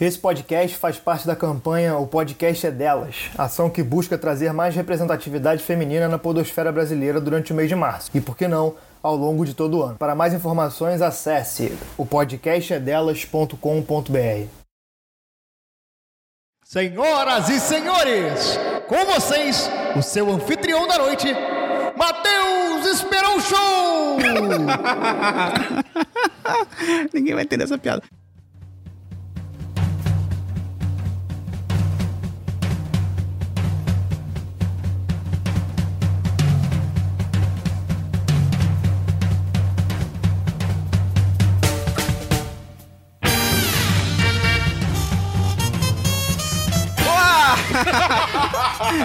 Esse podcast faz parte da campanha O Podcast é Delas, ação que busca trazer mais representatividade feminina na podosfera brasileira durante o mês de março. E por que não, ao longo de todo o ano. Para mais informações, acesse é opodcastedelas.com.br. Senhoras e senhores, com vocês, o seu anfitrião da noite, Matheus Esperão Show! Ninguém vai entender essa piada.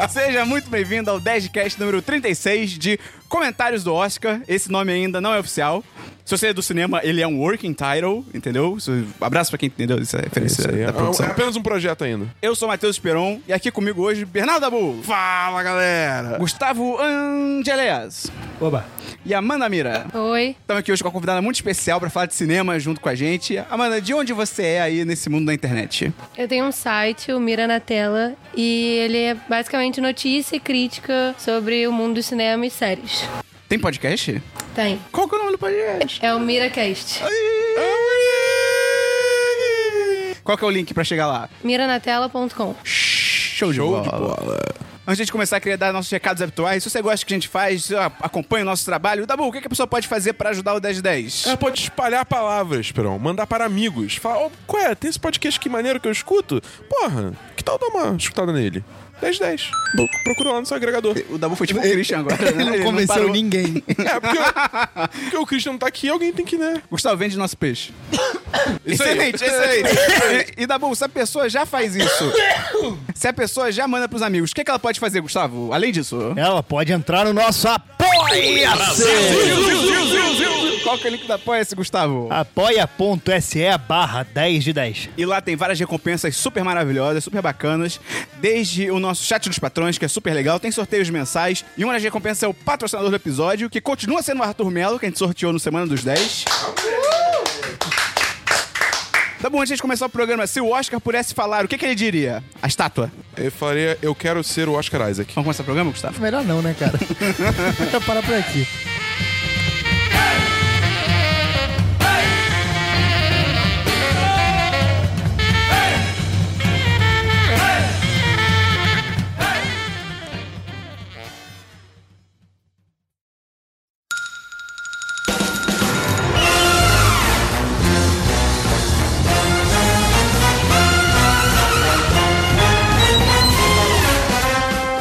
Seja muito bem-vindo ao 10cast número 36 de Comentários do Oscar. Esse nome ainda não é oficial. Se você é do cinema, ele é um working title, entendeu? Isso- Abraço pra quem entendeu essa referência É, da produção. é apenas um projeto ainda. Eu sou Matheus Peron e aqui comigo hoje, Bernardo Dabu, Fala, galera! Gustavo Angeléas Oba! e Amanda Mira. Oi. Estamos aqui hoje com uma convidada muito especial pra falar de cinema junto com a gente. Amanda, de onde você é aí nesse mundo da internet? Eu tenho um site, o Mira na Tela, e ele é basicamente notícia e crítica sobre o mundo do cinema e séries. Tem podcast? Tem. Qual que é o nome do podcast? É o MiraCast. Qual que é o link pra chegar lá? Miranatela.com. Show, de bola. Antes de começar, queria dar nossos recados habituais. Se você gosta do que a gente faz, se acompanha o nosso trabalho, Dabu, o que que a pessoa pode fazer pra ajudar o 10 de 10? Ela pode espalhar palavras, Perão, mandar para amigos. Falar, oh, qual é? Tem esse podcast que maneiro que eu escuto? Porra, que tal dar uma escutada nele? 10-10. Bo- Procura lá no seu agregador. O Dabu foi tipo o Christian agora. né? Ele parou. ninguém. É, porque, eu- porque o Christian não tá aqui, alguém tem que, né? Gustavo vende nosso peixe. Isso aí. excelente, excelente. e, e Dabu, se a pessoa já faz isso, se a pessoa já manda pros amigos, o que, que ela pode fazer, Gustavo? Além disso, Ela pode entrar no nosso apoia-se! qual que é o link da Apoia-se, Gustavo? apoia.se barra 10 de 10. E lá tem várias recompensas super maravilhosas, super bacanas. Desde o nosso chat dos patrões, que é super legal, tem sorteios mensais. E uma das recompensas é o patrocinador do episódio, que continua sendo o Arthur Melo, que a gente sorteou no Semana dos 10. Tá bom, antes de começar o programa, se o Oscar pudesse falar, o que, que ele diria? A estátua. Eu falaria, eu quero ser o Oscar Isaac. Vamos começar o programa, Gustavo? Melhor não, né, cara? Vou parar por aqui.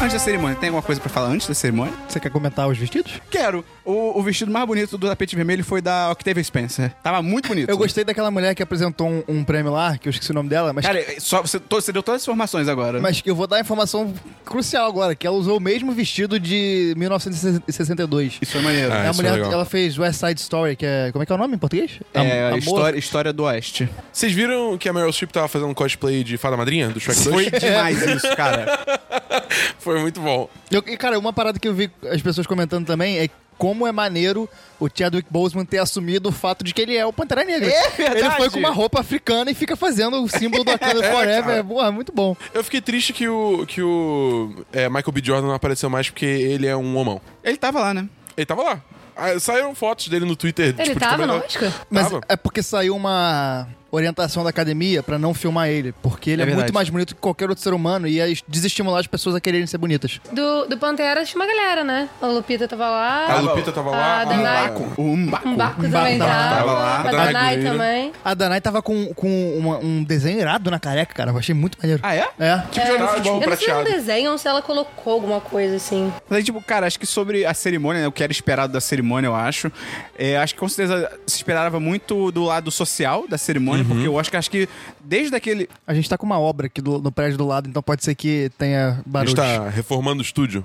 Antes da cerimônia, tem alguma coisa pra falar antes da cerimônia? Você quer comentar os vestidos? Quero! O, o vestido mais bonito do tapete vermelho foi da Octavia Spencer. Tava muito bonito. Eu gostei daquela mulher que apresentou um, um prêmio lá, que eu esqueci o nome dela, mas, Cara, só, você, to- você deu todas as informações agora. mas que eu vou dar a informação crucial agora, que ela usou o mesmo vestido de 1962. Isso foi maneiro. Ah, a isso é mulher, legal. ela fez West Side Story, que é... Como é que é o nome em português? É, Am- a Amor- história, história do Oeste. Vocês viram que a Meryl Streep tava fazendo cosplay de Fada Madrinha, do Shrek 2? Foi demais isso, cara. Foi muito bom. Eu- e, cara, uma parada que eu vi as pessoas comentando também é como é maneiro o Chadwick Boseman ter assumido o fato de que ele é o Pantera Negra. verdade. ele foi com uma roupa africana e fica fazendo o símbolo do Wakanda Forever. É, porra, muito bom. Eu fiquei triste que o, que o é, Michael B. Jordan não apareceu mais porque ele é um homão. Ele tava lá, né? Ele tava lá. Ah, Saíram fotos dele no Twitter. Ele tipo, de tava no comentário. Oscar? Mas Tava. é porque saiu uma orientação da academia pra não filmar ele, porque ele É é, verdade. muito mais bonito que qualquer outro ser humano e aí desestimular as pessoas a quererem ser bonitas. Do, do Pantera tinha uma galera, né? A Lupita tava lá. A Lupita tava lá. um Ah, da a- Nike. O Mbaku. Um barco também Tava tava. lá. A Tava lá. Danai Danai também. A Danai tava com, com uma- um desenho irado na careca, cara. Eu achei muito maneiro. Ah, é? É. Tipo, jornal de É, futebol eu não sei se ela prateado. desenha ou se ela colocou alguma coisa assim. Mas aí, tipo, cara, acho que sobre a cerimônia, né, o que era esperado da cerimônia, eu acho. é, acho que com certeza se esperava muito do lado social da cerimônia, porque eu acho que acho que desde aquele. A gente tá com uma obra aqui do- no prédio do lado, então pode ser que tenha A barulho. tá gente tá reformando o estúdio.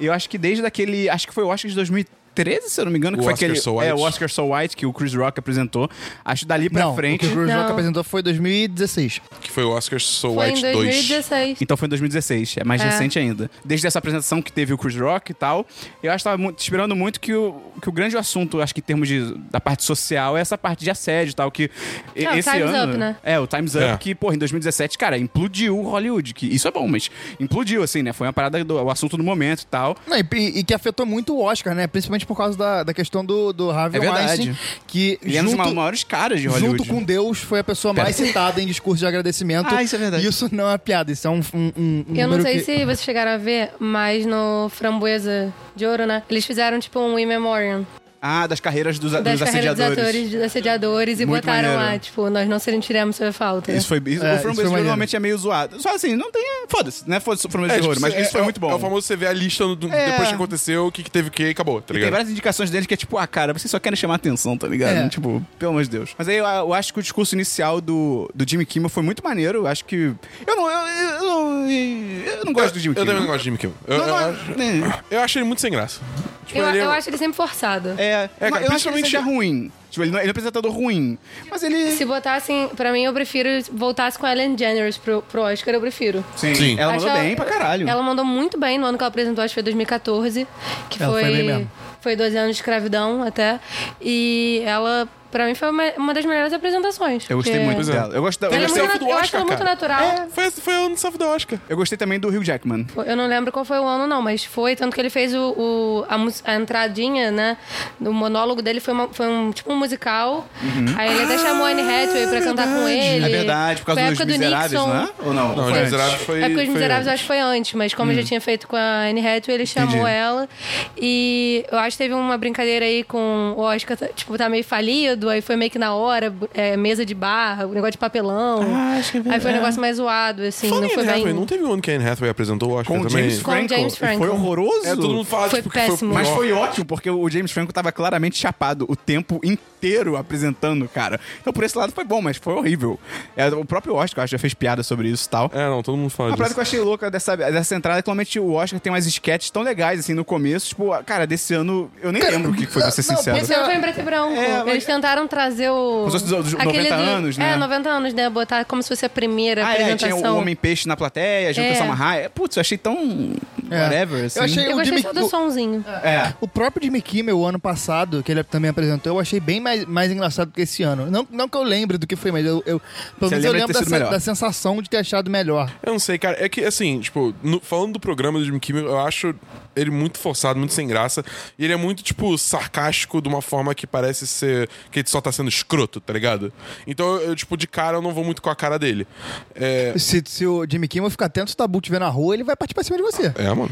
Eu acho que desde aquele. Acho que foi o Oscar de 2013 2013, se eu não me engano, que O foi Oscar aquele. So White. é, o Oscar So White que o Chris Rock apresentou. Acho dali pra Não, frente. o que o Chris Não. Rock apresentou foi em 2016. Que foi o Oscar So Foi em White 2. 2016. Então foi em 2016, é mais É. recente ainda. Desde essa apresentação que teve o Chris Rock e tal, eu acho que tava muito- esperando muito que o, que o grande assunto, acho que em termos de, da parte social, é essa parte de assédio e tal, que e- É, o esse Time's ano... Up, né? É, o Time's Up, É. que, porra, em 2017, cara, implodiu o Hollywood, que isso é bom, mas implodiu, assim, né? Foi uma parada, do, o assunto do momento e tal. Não, e, e que afetou muito o Oscar, né? Principalmente por causa da, da questão do, do Harvey É verdade. Weinstein, que Ele é um dos ma- maiores caras de Hollywood. junto com Deus, foi a pessoa mais citada em discurso de agradecimento. Ah, isso é verdade. Isso não é piada, isso é um, um, um- um Eu não número sei que- se vocês chegaram a ver, mas no Framboesa de Ouro, né? Eles fizeram tipo um In Memoriam Ah, das carreiras dos, das dos carreiras dos assediadores. atores, dos assediadores e Muito botaram maneiro. lá, tipo, nós não sentiremos sua falta. Isso foi. Isso, É, o From isso foi maneiro. normalmente é meio zoado. Só assim, não tem. é, Foda-se, né? Foda-se o From É, de Ouro, tipo, mas é- isso foi é o- muito bom. É o famoso você ver a lista no- do- É. depois que aconteceu, o que, que teve o que e acabou, E tá tem ligado? várias indicações dele que é tipo, ah, cara, vocês só querem chamar atenção, tá ligado? É. Tipo, pelo amor de Deus. Mas aí eu, eu acho que o discurso inicial do, do Jimmy Kimmel foi muito maneiro. Eu acho que. Eu não. Eu, eu- eu não- eu não gosto do Jimmy Eu Kimmel. também não gosto de Jimmy Kimmel. Eu, Não, eu, não, acho- né? eu acho ele muito sem graça. Tipo, Eu, ele é- eu acho ele sempre forçado. É, É, não, cara, eu acho que ele principalmente- seja ruim. Tipo, ele não ele é um apresentador ruim. Mas Se ele. botassem, pra mim, eu prefiro voltasse com a Ellen DeGeneres pro, pro Oscar, eu prefiro. Sim. Sim. Ela Acho mandou bem pra caralho. Ela mandou muito bem no ano que ela apresentou, acho que foi 2014, que Ela foi foi bem mesmo. foi 12 anos de escravidão até. E ela, pra mim, foi uma, uma das melhores apresentações. Eu gostei porque- muito dela. Eu gosto da. Eu Ela é Ela gostei, selfie muito nat- do eu acho Oscar, ela muito cara. natural. Foi, foi o ano salvo da Oscar. eu gostei também do Hugh Jackman. Eu não lembro qual foi o ano, não, mas foi. Tanto que ele fez o, o- a, mus- a entradinha, né? O monólogo dele foi, uma- foi um tipo um musical. Uhum. Aí ele até chamou a Anne Hathaway Ah, pra cantar com ele. É verdade, por causa Foi a dos época do miseráveis, Nixon. né? Ou não? Não, Foi Os antes. Miseráveis foi. É porque Os foi Miseráveis eu antes. Uhum. acho que foi antes, mas como eu já tinha feito com a Anne Hathaway, ele chamou Entendi. ela. E eu acho que teve uma brincadeira aí com o Oscar, tá- tipo, tá meio falido, aí foi meio que na hora, é, mesa de barra, um negócio de papelão. Ah, acho que é Aí foi um verdade. negócio mais zoado, assim, Falando não em foi Anne bem... Hathaway, não teve um ano que a Anne Hathaway apresentou o Oscar Com o também. James Franco. Com o James E Foi Franco. horroroso. É, todo mundo fala Foi tipo, que foi péssimo. Mas pior. foi ótimo, porque o James Franco tava claramente chapado o tempo inteiro apresentando, cara. Então, por esse lado, foi bom, mas foi horrível. É, o próprio Oscar, eu acho, já fez piada sobre isso e tal. É, não, todo mundo fala A parada disso. que eu achei louca dessa, dessa entrada é que normalmente o Oscar tem umas sketches tão legais, assim, no começo. Tipo, ah, cara, desse ano, eu nem lembro o que que foi, pra ser não, sincero. pois Esse ano foi em preto e branco. É, mas- Eles tentaram trazer o. Como se fosse dos- dos aquele 90 anos, né? É, 90 anos, né? Botar como se fosse a primeira Ah, é, tinha apresentação. o Homem-Peixe na plateia, junto com É. a Samarraia. Putz, eu achei tão... É. Whatever, assim. Eu achei Eu o gostei Jimmy só do o- sonzinho. É. O próprio Jimmy Kimmel, o ano passado, que ele também apresentou, eu achei bem mais, mais engraçado que esse ano. Não, não que eu lembre do que foi, mas eu, eu pelo Você menos eu lembra de ter lembro da, sido sen- melhor. da sensação de ter achado melhor. Eu não sei, cara. É que, assim, tipo, no- falando do programa do Jimmy Kimmel, eu acho ele muito forçado, muito sem graça. E ele é muito, tipo, sarcástico de uma forma que parece ser. que ele só tá sendo escroto, tá ligado? Então, eu, tipo, de cara eu não vou muito com a cara dele. É. Se, se o Jimmy Kimmel ficar atento, se o Tabu estiver na rua, ele vai partir pra cima de você. É, mano.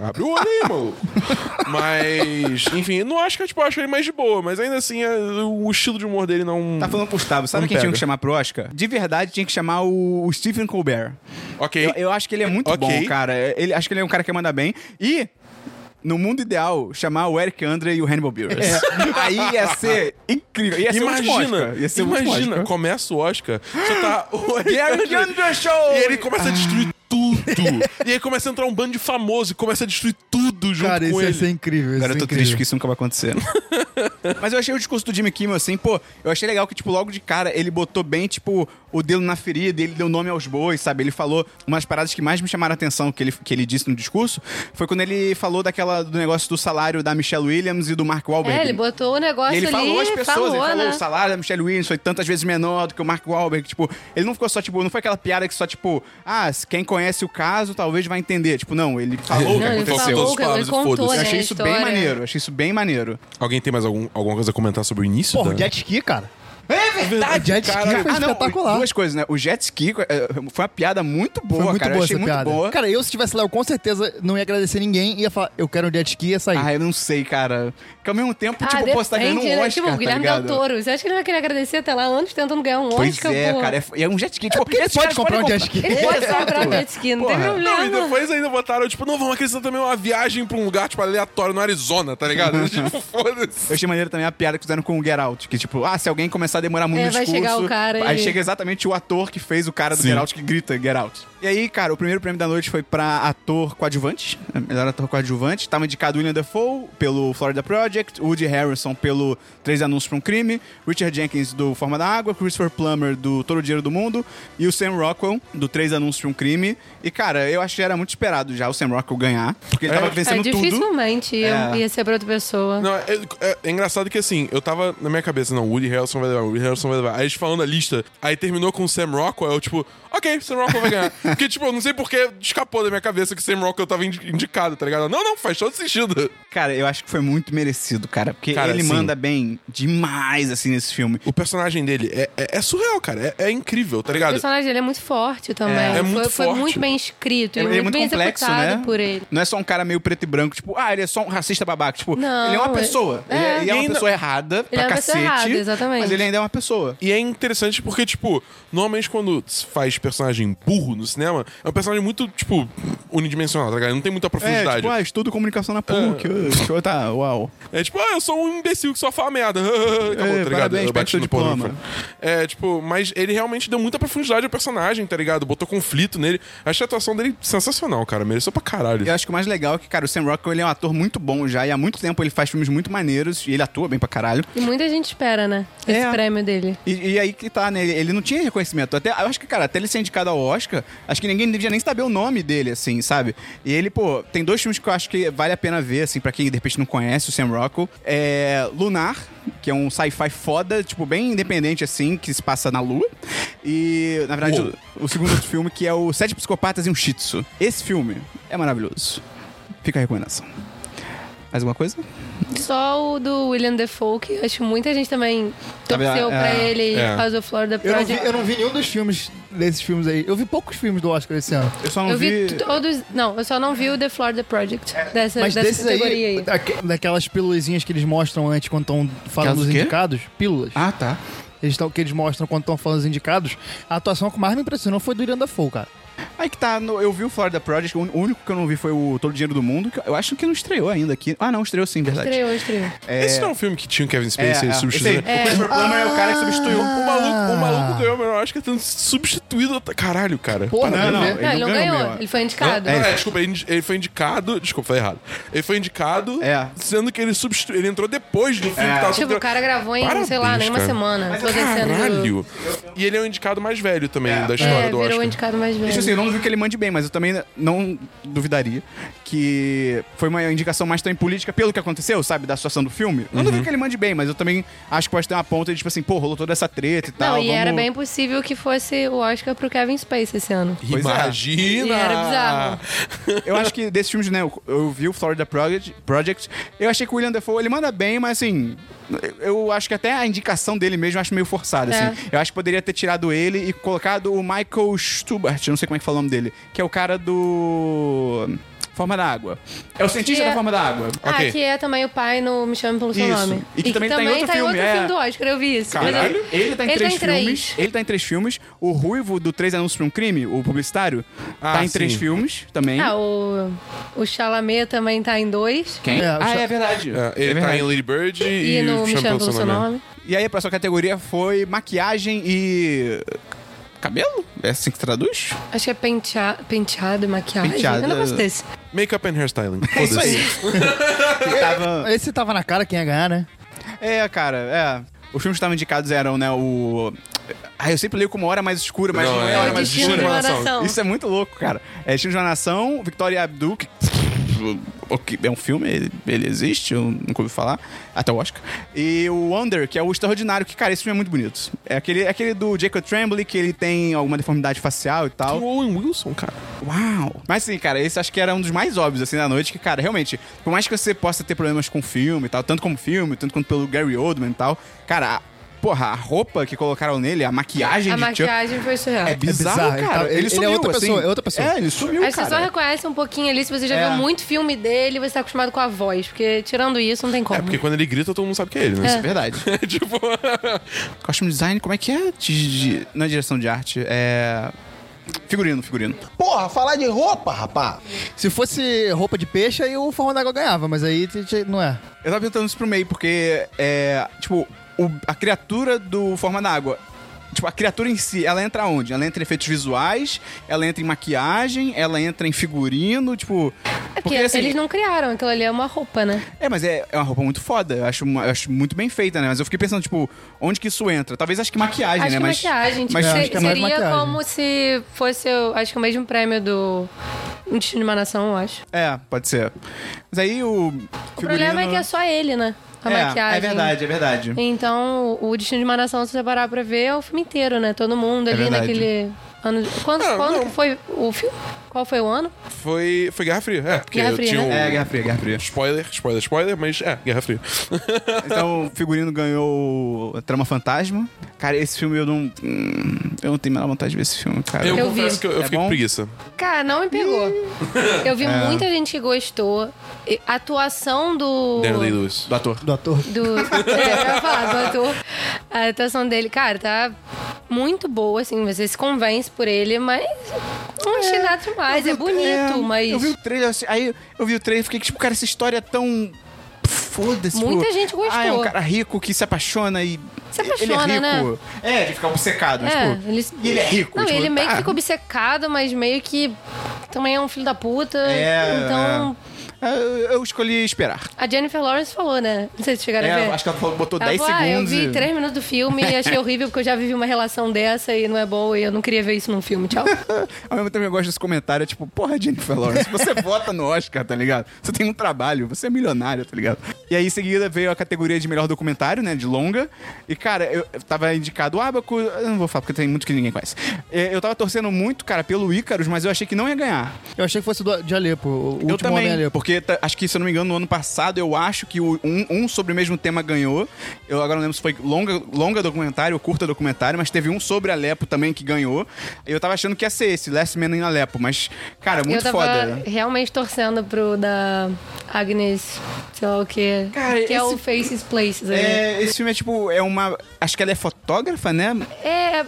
Abre o olho aí, maluco. Mas, enfim, não acho que tipo, eu acho ele mais de boa, mas ainda assim, é- o estilo de humor dele não. Tá falando pro Gustavo, sabe Não quem tinha pega. que chamar pro Oscar? De verdade, tinha que chamar o, o Stephen Colbert. Ok. Eu, eu acho que ele é muito Ok. bom, cara. Ele, acho que ele é um cara que manda bem. E, no mundo ideal, chamar o Eric Andre e o Hannibal Buress. Aí ia ser incrível. é Ia ser o último É. Imagina, Oscar. Ia ser o último imagina, Oscar. começa o Oscar, você tá o Eric Alexandre, Andre Show! e ele começa a Ah. destruir tudo. E aí começa a entrar um bando de famoso e começa a destruir tudo junto Cara, com isso ia ele. ser incrível. isso Cara, eu é tô incrível. triste que isso nunca vai acontecer. Mas eu achei o discurso do Jimmy Kimmel assim, pô, eu achei legal que, tipo, logo de cara ele botou bem, tipo, o dedo na ferida, ele deu nome aos bois, sabe? Ele falou umas paradas que mais me chamaram a atenção que ele, que ele disse no discurso foi quando ele falou daquela do negócio do salário da Michelle Williams e do Mark Wahlberg. É, ele botou o negócio E ele ali. falou as pessoas, falou, ele falou né? o salário da Michelle Williams foi tantas vezes menor do que o Mark Wahlberg, tipo, ele não ficou só, tipo, não foi aquela piada que só, tipo, ah, quem conhece o caso talvez vai entender, tipo, não, ele falou o que Não, ele Aconteceu. falou, Todas o as que ele palavras, contou, foda-se. né? Eu a achei isso história. bem maneiro, achei isso bem maneiro. Alguém tem mais algum, alguma coisa a comentar sobre o início? Porra, da- jet ski, cara. É verdade, jet ski cara. foi Ah, não, espetacular. Duas coisas, né? O jet ski eh, foi uma piada muito boa, Foi muito cara. boa eu achei essa muito piada. boa. Cara, eu se tivesse lá, eu com certeza não ia agradecer ninguém, ia falar, eu quero um jet ski e ia sair. Ah, eu não sei, cara. Porque ao mesmo tempo, Ah, tipo, pô, você tá ganhando depende, um né? Oscar, Tipo, o Guilherme tá Del ligado? Toro. Você acha que ele vai querer agradecer até lá anos tentando ganhar um Pois Oscar, é, pô? cara. É, f- e é um jet ski. Tipo, porque esses ele pode caras comprar um podem jet ski. Ele pode Exato. comprar o jet ski, não um tem Porra. Não, e tá problema. depois ainda botaram, tipo, não, vamos acrescentar também uma viagem pra um lugar, tipo, aleatório no Arizona, tá ligado? tipo, foda-se. Eu achei maneiro também a piada que fizeram com o Get Out. Que, tipo, ah, se alguém começar a demorar muito É, no vai discurso. chegar o cara aí e- chega exatamente o ator que fez o cara do Sim. Get Out que grita Get Out. E aí, cara, o primeiro prêmio da noite foi pra ator coadjuvante, né, melhor ator coadjuvante. Tava indicado William Dafoe pelo Florida Project, Woody Harrison pelo Três Anúncios pra um Crime, Richard Jenkins do Forma da Água, Christopher Plummer do Todo o Dinheiro do Mundo e o Sam Rockwell do Três Anúncios pra um Crime. E, cara, eu acho que era muito esperado já o Sam Rockwell ganhar, porque ele É. tava É, vencendo tudo. dificilmente ia, É. ia ser pra outra pessoa. Não, é, é- é engraçado que assim, eu tava na minha cabeça, não, Woody Harrelson vai levar, Woody Harrelson vai levar. Aí eles falando a lista, aí terminou com o Sam Rockwell, eu tipo, ok, Sam Rockwell vai ganhar. Porque, tipo, eu não sei porque escapou da minha cabeça que Sam Rockwell tava indi- indicado, tá ligado? Não, não, faz todo sentido. Cara, eu acho que foi muito merecido, cara. Porque Cara, ele sim. manda bem demais, assim, nesse filme. O personagem dele é, é- é surreal, cara. É, é incrível, tá O ligado? personagem dele é muito forte também. É, é foi, muito foi forte. muito bem escrito e Ele é muito muito bem complexo, executado né? por ele. Não é só um cara meio preto e branco, tipo, ah, ele é só um racista babaca. Tipo, Não, ele é uma ele- pessoa. é. Ele é, ele é uma Ainda- pessoa errada, pra é uma pessoa cacete. errada, exatamente. Mas ele ainda é uma pessoa. E é interessante porque, tipo, normalmente quando se faz personagem burro no cinema, é um personagem muito, tipo, unidimensional, tá ligado? Não tem muita É, profundidade. tipo, ah, estudo comunicação na PUC. eu- Tipo, tá, uau. É tipo, ah, eu sou um imbecil que só fala merda. Acabou, tá ligado? É, parabéns, eu pega seu no pau no diploma. microfone. É, tipo, mas ele realmente deu muita profundidade ao personagem, tá ligado? Botou conflito nele. Achei a atuação dele sensacional, cara. Mereceu pra caralho. Eu acho que o mais legal é que, cara, o Sam Rockwell ele é um ator muito bom já. E há muito tempo ele faz filmes muito maneiros. E ele atua bem pra caralho. E muita gente espera, né? Esse É. prêmio dele. E, e aí que tá, né? Ele, ele não tinha reconhecimento. Até, eu acho que, cara, até ele ser indicado ao Oscar, acho que ninguém devia nem saber o nome dele, assim, sabe? E ele, pô, tem dois filmes que eu acho que vale a pena ver, assim, pra quem de repente não conhece o Sam Rockwell. É Lunar, que é um sci-fi foda, tipo, bem independente, assim, que se passa na Lua. E, na verdade, Uou. o, o segundo outro filme, que é o Sete Psicopatas e um Shih Tzu. Esse filme é maravilhoso. Fica a recomendação. Mais alguma coisa? Só o do William Defoe, que acho que muita gente também Sabe, é, torceu pra ele é. por causa do Florida Eu não, vi, Project. eu não vi nenhum dos filmes desses filmes aí. Eu vi poucos filmes do Oscar esse ano. Eu só não Eu vi vi... todos. Não, eu só não vi o The Florida Project. Dessa, Mas dessa desses categoria aí. aí, daque- daquelas pílulazinhas que eles mostram antes quando estão falando Aquelas dos o quê? indicados, pílulas, Ah, tá. eles tão, que eles mostram quando estão falando dos indicados, a atuação que mais me impressionou foi do Iranda Dafoe, cara. Aí que tá, no- eu vi o Florida Project, o único que eu não vi foi o Todo o Dinheiro do Mundo, que eu acho que não estreou ainda aqui. Ah, não, estreou sim, verdade. É, Estreou, estreou. Esse não é um filme que tinha o Kevin Spacey ele substituiu. esse aí. O Christopher Plummer é o cara que Ah. substituiu. O maluco, o maluco ganhou, mas eu acho que tendo substituído. a- Caralho, cara. Pô, Não, não, né? Não, ele não ganhou, ele foi indicado. Não, é, desculpa, ele, ele foi indicado. Desculpa, falei errado. Ele foi indicado, É. sendo que ele substituiu. Ele entrou depois do filme É. que tava Tipo, o cara gravou em, sei lá, Parabéns, nem uma cara. semana. Tô descendo do- Caralho! E ele é o indicado mais velho também É. da história É, do virou Oscar. o indicado mais Isso assim, velho. eu não duvido que ele mande bem, mas eu também não duvidaria que foi uma indicação mais também política pelo que aconteceu, sabe? Da situação do filme. Não duvido que ele mande bem, mas eu também acho que pode ter uma ponta de tipo assim, pô, rolou toda essa treta e tal. Não, e era vamos- bem possível que fosse o Oscar pro Kevin Space esse ano. Pois é. Imagina! E era bizarro. Eu acho que desses filmes, né, eu, eu vi o Florida Project, Project, eu achei que o William Dafoe, ele manda bem, mas assim, eu acho que até a indicação dele mesmo eu acho meio forçada, É. assim. Eu acho que poderia ter tirado ele e colocado o Michael Stubart, eu não sei como é que fala o nome dele, que é o cara do... Forma da Água. É o cientista Que é- da Forma da Água. Ok. Ah, que é também o pai no Me Chame Pelo Seu Isso. Nome. E que também tá em outro tá filme, é. do Oscar, eu vi isso. Mas Caralho. eu- Ele tá em Ele três tá em três. filmes. Ele tá em três filmes. O Ruivo do Três Anúncios pra um Crime, o publicitário, tá Ah, em três sim. filmes também. Ah, o, o Chalamet também tá em dois. Quem? É, o ah, Cha- é verdade. É, ele tá em Lady Bird E, e, no Me Chama Chame Pelo Seu Nome. E aí, a próxima categoria foi maquiagem e. Cabelo? É assim que traduz? Acho que é pentea- penteado e maquiagem. Penteado, Eu não gosto é. desse. Makeup and hairstyling. É isso aí. Foda-se. Que tava- Esse tava na cara quem ia ganhar, né? É, cara, é. Os filmes que estavam indicados eram, né, o. Ah, eu sempre leio como Hora Mais Escura, mas não, é Hora O Mais Destino de de Escura. uma uma Nação. Nação. Isso é muito louco, cara. É Destino de uma Nação, Victoria Abdul, que... ok, é um filme, ele, ele existe, eu nunca ouvi falar, até o Oscar. E o Wonder, que é o Extraordinário, que, cara, esse filme é muito bonito. É aquele, é aquele do Jacob Tremblay, que ele tem alguma deformidade facial e tal. O Owen Wilson, cara. Uau! Mas sim, cara, esse acho que era um dos mais óbvios, assim, da noite, que, cara, realmente, por mais que você possa ter problemas com filme e tal, tanto como filme, tanto quanto pelo Gary Oldman e tal, cara, a- porra, a roupa que colocaram nele, a maquiagem A de Chuck, maquiagem foi surreal. é bizarro, bizarro, ele cara. tá- Ele, ele- ele é sumiu, outra assim. pessoa, é outra pessoa. É, ele sumiu, Acho que você só cara. reconhece um pouquinho ali se você já É. viu muito filme dele e você tá acostumado com a voz. Porque tirando isso, não tem como. É, porque quando ele grita, todo mundo sabe que é ele, né? Verdade. tipo, Costume design, como é que é? De- de- não é direção de arte, é... Figurino, figurino. Porra, falar de roupa, rapá. Se fosse roupa de peixe, aí o Forma d'Água ganhava, mas aí t- t- não é. Eu tava perguntando isso pro meio, porque é. Tipo. o- a criatura do Forma da Água. Tipo, a criatura em si, ela entra onde? Ela entra em efeitos visuais, ela entra em maquiagem, ela entra em figurino, tipo. É porque eles não criaram, aquilo ali é uma roupa, né? É, mas é, é uma roupa muito foda. Eu acho, uma- eu acho muito bem feita, né? Mas eu fiquei pensando, tipo, onde que isso entra? Talvez acho que maquiagem, Acho né? que mas, maquiagem, tipo, mas se- acho que é mais seria maquiagem. como se fosse, o- acho que o mesmo prêmio do Destino de uma Nação, eu acho. É, pode ser. Mas aí o. O problema é que é só ele, né? A maquiagem. É verdade, é verdade. Então, o Destino de uma Nação, se você parar pra ver, é o filme inteiro, né? Todo mundo ali verdade. naquele ano... de- Quando, Ah, quando não. que foi o filme? Qual foi o ano? Foi, foi Guerra Fria. É, porque É. Guerra eu Fria, tinha né? um... É, Guerra Fria, Guerra Fria. Spoiler, spoiler, spoiler, mas é, Guerra Fria. Então, o figurino ganhou a Trama Fantasma. Cara, esse filme eu não. hum, Eu não tenho a menor vontade de ver esse filme, cara. Eu, Eu confesso vi. que eu, eu É fiquei bom? com preguiça. Cara, não me pegou. Eu vi muita gente que gostou. E A atuação do... Daniel Day-Lewis. Do ator. do ator. do. É, eu ia falar, do ator. A atuação dele, cara, tá muito boa, assim, você se convence por ele, mas não achei nada demais. É bonito, mas. Eu vi o trailer, assim, aí eu vi o trailer e fiquei tipo, cara, essa história é tão. Foda-se. Muita tipo, gente gostou. Ah, é um cara rico que se apaixona e. Se ele é apaixona, né? rico. É, de ficar obcecado. É, tipo, ele... E ele é rico. Não, tipo, ele meio tá. que fica obcecado, mas meio que também é um filho da puta. É, então, é. Eu, eu escolhi esperar. a Jennifer Lawrence falou, né? Não sei se chegaram a É, ver. acho que ela falou- botou Ela 10 falou, ah, eu segundos. vi e- três minutos do filme e achei horrível porque eu já vivi uma relação dessa e não é boa e eu não queria ver isso num filme. Tchau. Ao mesmo tempo eu gosto desse comentário, é tipo, porra, Jennifer Lawrence, você vota no Oscar, tá ligado? Você tem um trabalho, você é milionário, tá ligado? E aí em seguida veio a categoria de melhor documentário, né, de longa. E cara, eu eu tava indicado o Abaco, eu não vou falar porque tem muito que ninguém conhece. É, Eu tava torcendo muito, cara, pelo Ícaros, mas eu achei que não ia ganhar. Eu achei que fosse do, de Alepo, o eu último também, homem Alepo. porque tá- acho que, se eu não me engano, no ano passado, eu acho que o- um, um sobre o mesmo tema ganhou. Eu agora não lembro se foi longa, longa documentário ou curta documentário, mas teve um sobre Alepo também que ganhou. Eu tava achando que ia ser esse, Last Man in Alepo, mas, cara, muito eu tava foda. né? realmente torcendo pro da Agnes, sei lá o que. Cara, que é esse- o Faces Places aí. É... É, esse filme é tipo, é uma. Acho que ela é fotógrafa, né?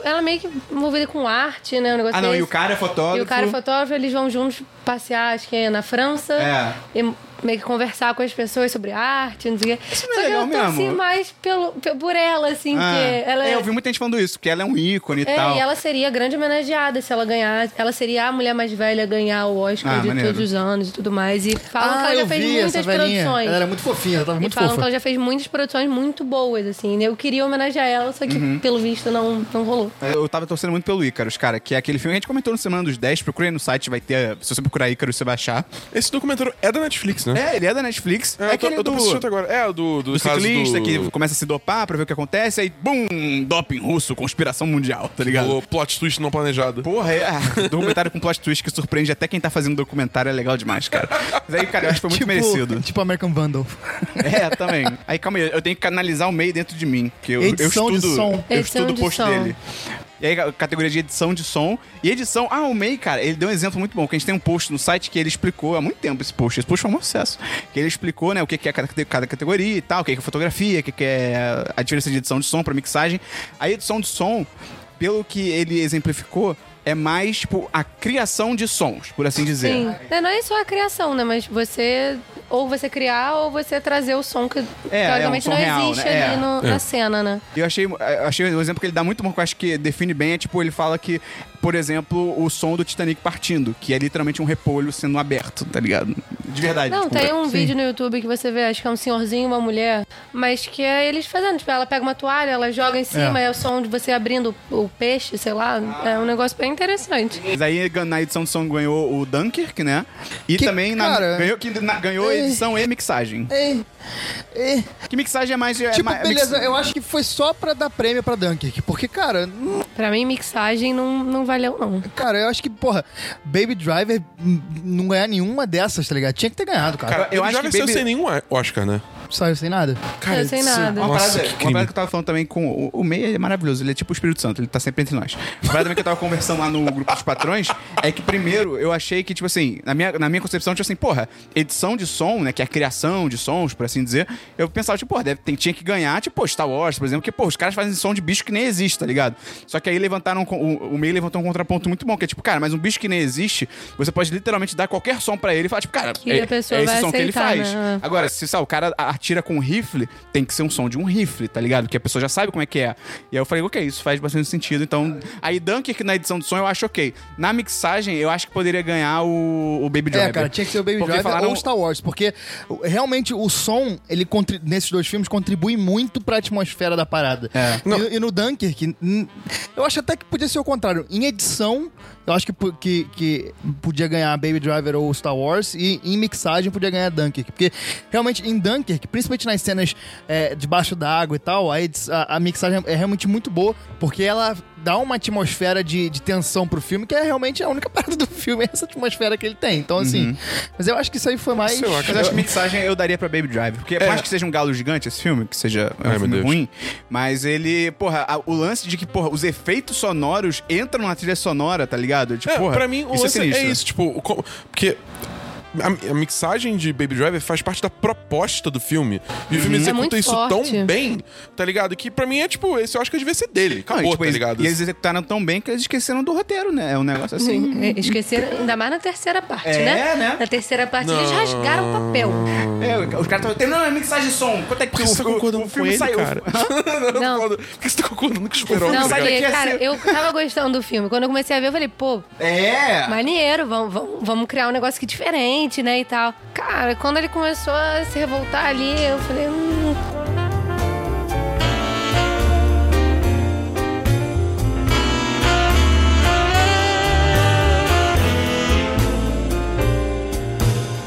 ela é meio que envolvida com arte, né? Um negócio Ah, não, desse. e o cara é fotógrafo. E o cara é fotógrafo, eles vão juntos passear, acho que é na França. É. E meio que conversar com as pessoas sobre arte, não sei o quê. Isso não é Só que legal eu torci mesmo? mais pelo, pe- por ela, assim, Ah, porque ela é, eu vi muita gente falando isso, que ela é um ícone e É, tal. e ela seria a grande homenageada se ela ganhar. Ela seria a mulher mais velha a ganhar o Oscar Ah, de maneiro. Ah, todos os anos e tudo mais. E falam Ah, que ela já eu Ah, fez vi essa muitas velhinha. produções. Ela era muito fofinha, É ela tava E muito falam fofa. que ela já fez muitas produções muito boas, assim. né? Eu queria homenagear ela, só que, Uhum. pelo visto, não, não rolou. Eu tava torcendo muito pelo Ícaros, cara, que é aquele filme que a gente comentou no Semana dos 10. Procurei no site, vai ter. Se você procurar Ícaros, você vai achar. Esse documentário é da Netflix, né? É, ele é da Netflix. É, é eu tô, aquele eu tô do, assistindo até agora. É, o do, do, do caso ciclista do... que começa a se dopar pra ver o que acontece, aí, bum, doping russo, conspiração mundial, tá ligado? O plot twist não planejado. Porra, é, ah, documentário com plot twist que surpreende até quem tá fazendo documentário é legal demais, cara. Mas aí, cara, eu acho que foi muito tipo, merecido. Tipo American Vandal. É, também. Aí, calma aí, eu tenho que canalizar o meio dentro de mim, que eu, eu Edição de estudo, som. eu Edição estudo o de post som. dele. E aí, a categoria de edição de som. E edição. Ah, o May, cara, ele deu um exemplo muito bom. Que a gente tem um post no site que ele explicou há muito tempo esse post. Esse post foi um sucesso. Que ele explicou, né, o que que é cada, cada categoria e tal, o que que é fotografia, o que que é a diferença de edição de som pra mixagem. A edição de som, pelo que ele exemplificou, é mais, tipo, a criação de sons, por assim dizer. Sim. É, Não é só a criação, né? Mas você. Ou você criar, ou você trazer o som que É, teoricamente é um som não real, existe né? ali É. no- na cena, né? Eu achei, eu achei o exemplo que ele dá muito bom, que eu acho que define bem, é tipo, ele fala que, por exemplo, o som do Titanic partindo, que é literalmente um repolho sendo aberto, tá ligado? De verdade. Não, tipo, tem um vídeo no YouTube que você vê, acho que é um senhorzinho e uma mulher, mas que é eles fazendo, tipo, ela pega uma toalha, ela joga em cima, é, o som de você abrindo o, o peixe, sei lá, é um negócio bem interessante. Mas aí na edição de som ganhou o Dunkirk, né? E Que, também na- cara, ganhou, que na- ganhou é. edição e mixagem. Ei, ei. Que mixagem é mais. é Tipo, mais- beleza, mix- eu acho que foi só pra dar prêmio pra Dunkirk. Porque, cara, hum, Pra mim, mixagem não, não valeu, não. cara, eu acho que, porra, Baby Driver hum, não ganhar nenhuma dessas, tá ligado? Tinha que ter ganhado, cara. Cara, Eu ele acho já que venceu Baby- sem nenhum Oscar, né? Saiu sem nada. Cara, sem isso- é nada. Uma Nossa, parada, que uma crime. parada que eu tava falando também com o, o Meia é maravilhoso, ele é tipo o Espírito Santo, ele tá sempre entre nós. Uma parada também que eu tava conversando lá no grupo dos patrões é que primeiro eu achei que, tipo assim, na minha, na minha concepção, tipo assim, porra, edição de som, né? Que é a criação de sons, por assim dizer, eu pensava, tipo, porra, deve, tem- tinha que ganhar, tipo, pô, Star Wars, por exemplo, que, pô, os caras fazem som de bicho que nem existe, tá ligado? Só que aí levantaram, com- o, o Meia levantou um contraponto muito bom, que é tipo, cara, mas um bicho que nem existe, você pode literalmente dar qualquer som pra ele e falar, tipo, cara, Que é, a pessoa é esse vai som que ele aceitar, faz. né? Agora, se sabe, o cara a- atira com um rifle, tem que ser um som de um rifle, tá ligado? Que a pessoa já sabe como é que é. E aí eu falei, ok, isso faz bastante sentido. Então, aí Dunkirk na edição do som eu acho ok. Na mixagem, eu acho que poderia ganhar o, o Baby Driver. É, cara, tinha que ser o Baby Porque Driver falaram- ou Star Wars, porque uh, realmente o som, ele contri- nesses dois filmes, contribui muito pra atmosfera da parada. É. E, e no Dunkirk, hum, eu acho até que podia ser o contrário. Em edição, eu acho que, po- que, que podia ganhar Baby Driver ou Star Wars, e em mixagem podia ganhar Dunkirk. Porque realmente em Dunkirk, principalmente nas cenas é, debaixo da água e tal, a, edi- a- a mixagem é realmente muito boa, porque ela dá uma atmosfera de, de tensão pro filme, que é realmente a única parada do filme, é essa atmosfera que ele tem. Então, assim. Mas eu acho que isso aí foi mais. Sei lá, cara. É. Mas Uhum. acho que mixagem eu daria pra Baby Driver. Porque por mais que seja um galo gigante esse filme, que seja é um Ai, meu filme Deus. ruim, mas ele, porra, a- o lance de que, porra, os efeitos sonoros entram na trilha sonora, tá ligado? Tipo, É, porra, pra mim o isso lance é, é, sinistro. isso, tipo, o co- porque a, a mixagem de Baby Driver faz parte da proposta do filme. E o filme executa É muito isso forte. tão bem, tá ligado? Que pra mim é tipo, esse eu acho que devia ser dele. Não, e, Acabou, tipo, tá eles- ligado? E eles executaram tão bem que eles esqueceram do roteiro, né? É um negócio assim. É, Esqueceram, ainda mais na terceira parte, É, né? né? Na terceira parte eles Não. rasgaram o papel. É, os caras estavam terminando a mixagem de som. Quanto é que Por que você tá concordando com ele, cara? Não. Por que você tá concordando com o Esperon? sai Não, cara? porque, daqui é cara, seu. eu tava gostando do filme. Quando eu comecei a ver, eu falei, pô, Ah. É! maneiro, vamos, vamos, vamos criar um negócio que é diferente, né, e tal. Cara, quando ele começou a se revoltar ali, eu falei, hum,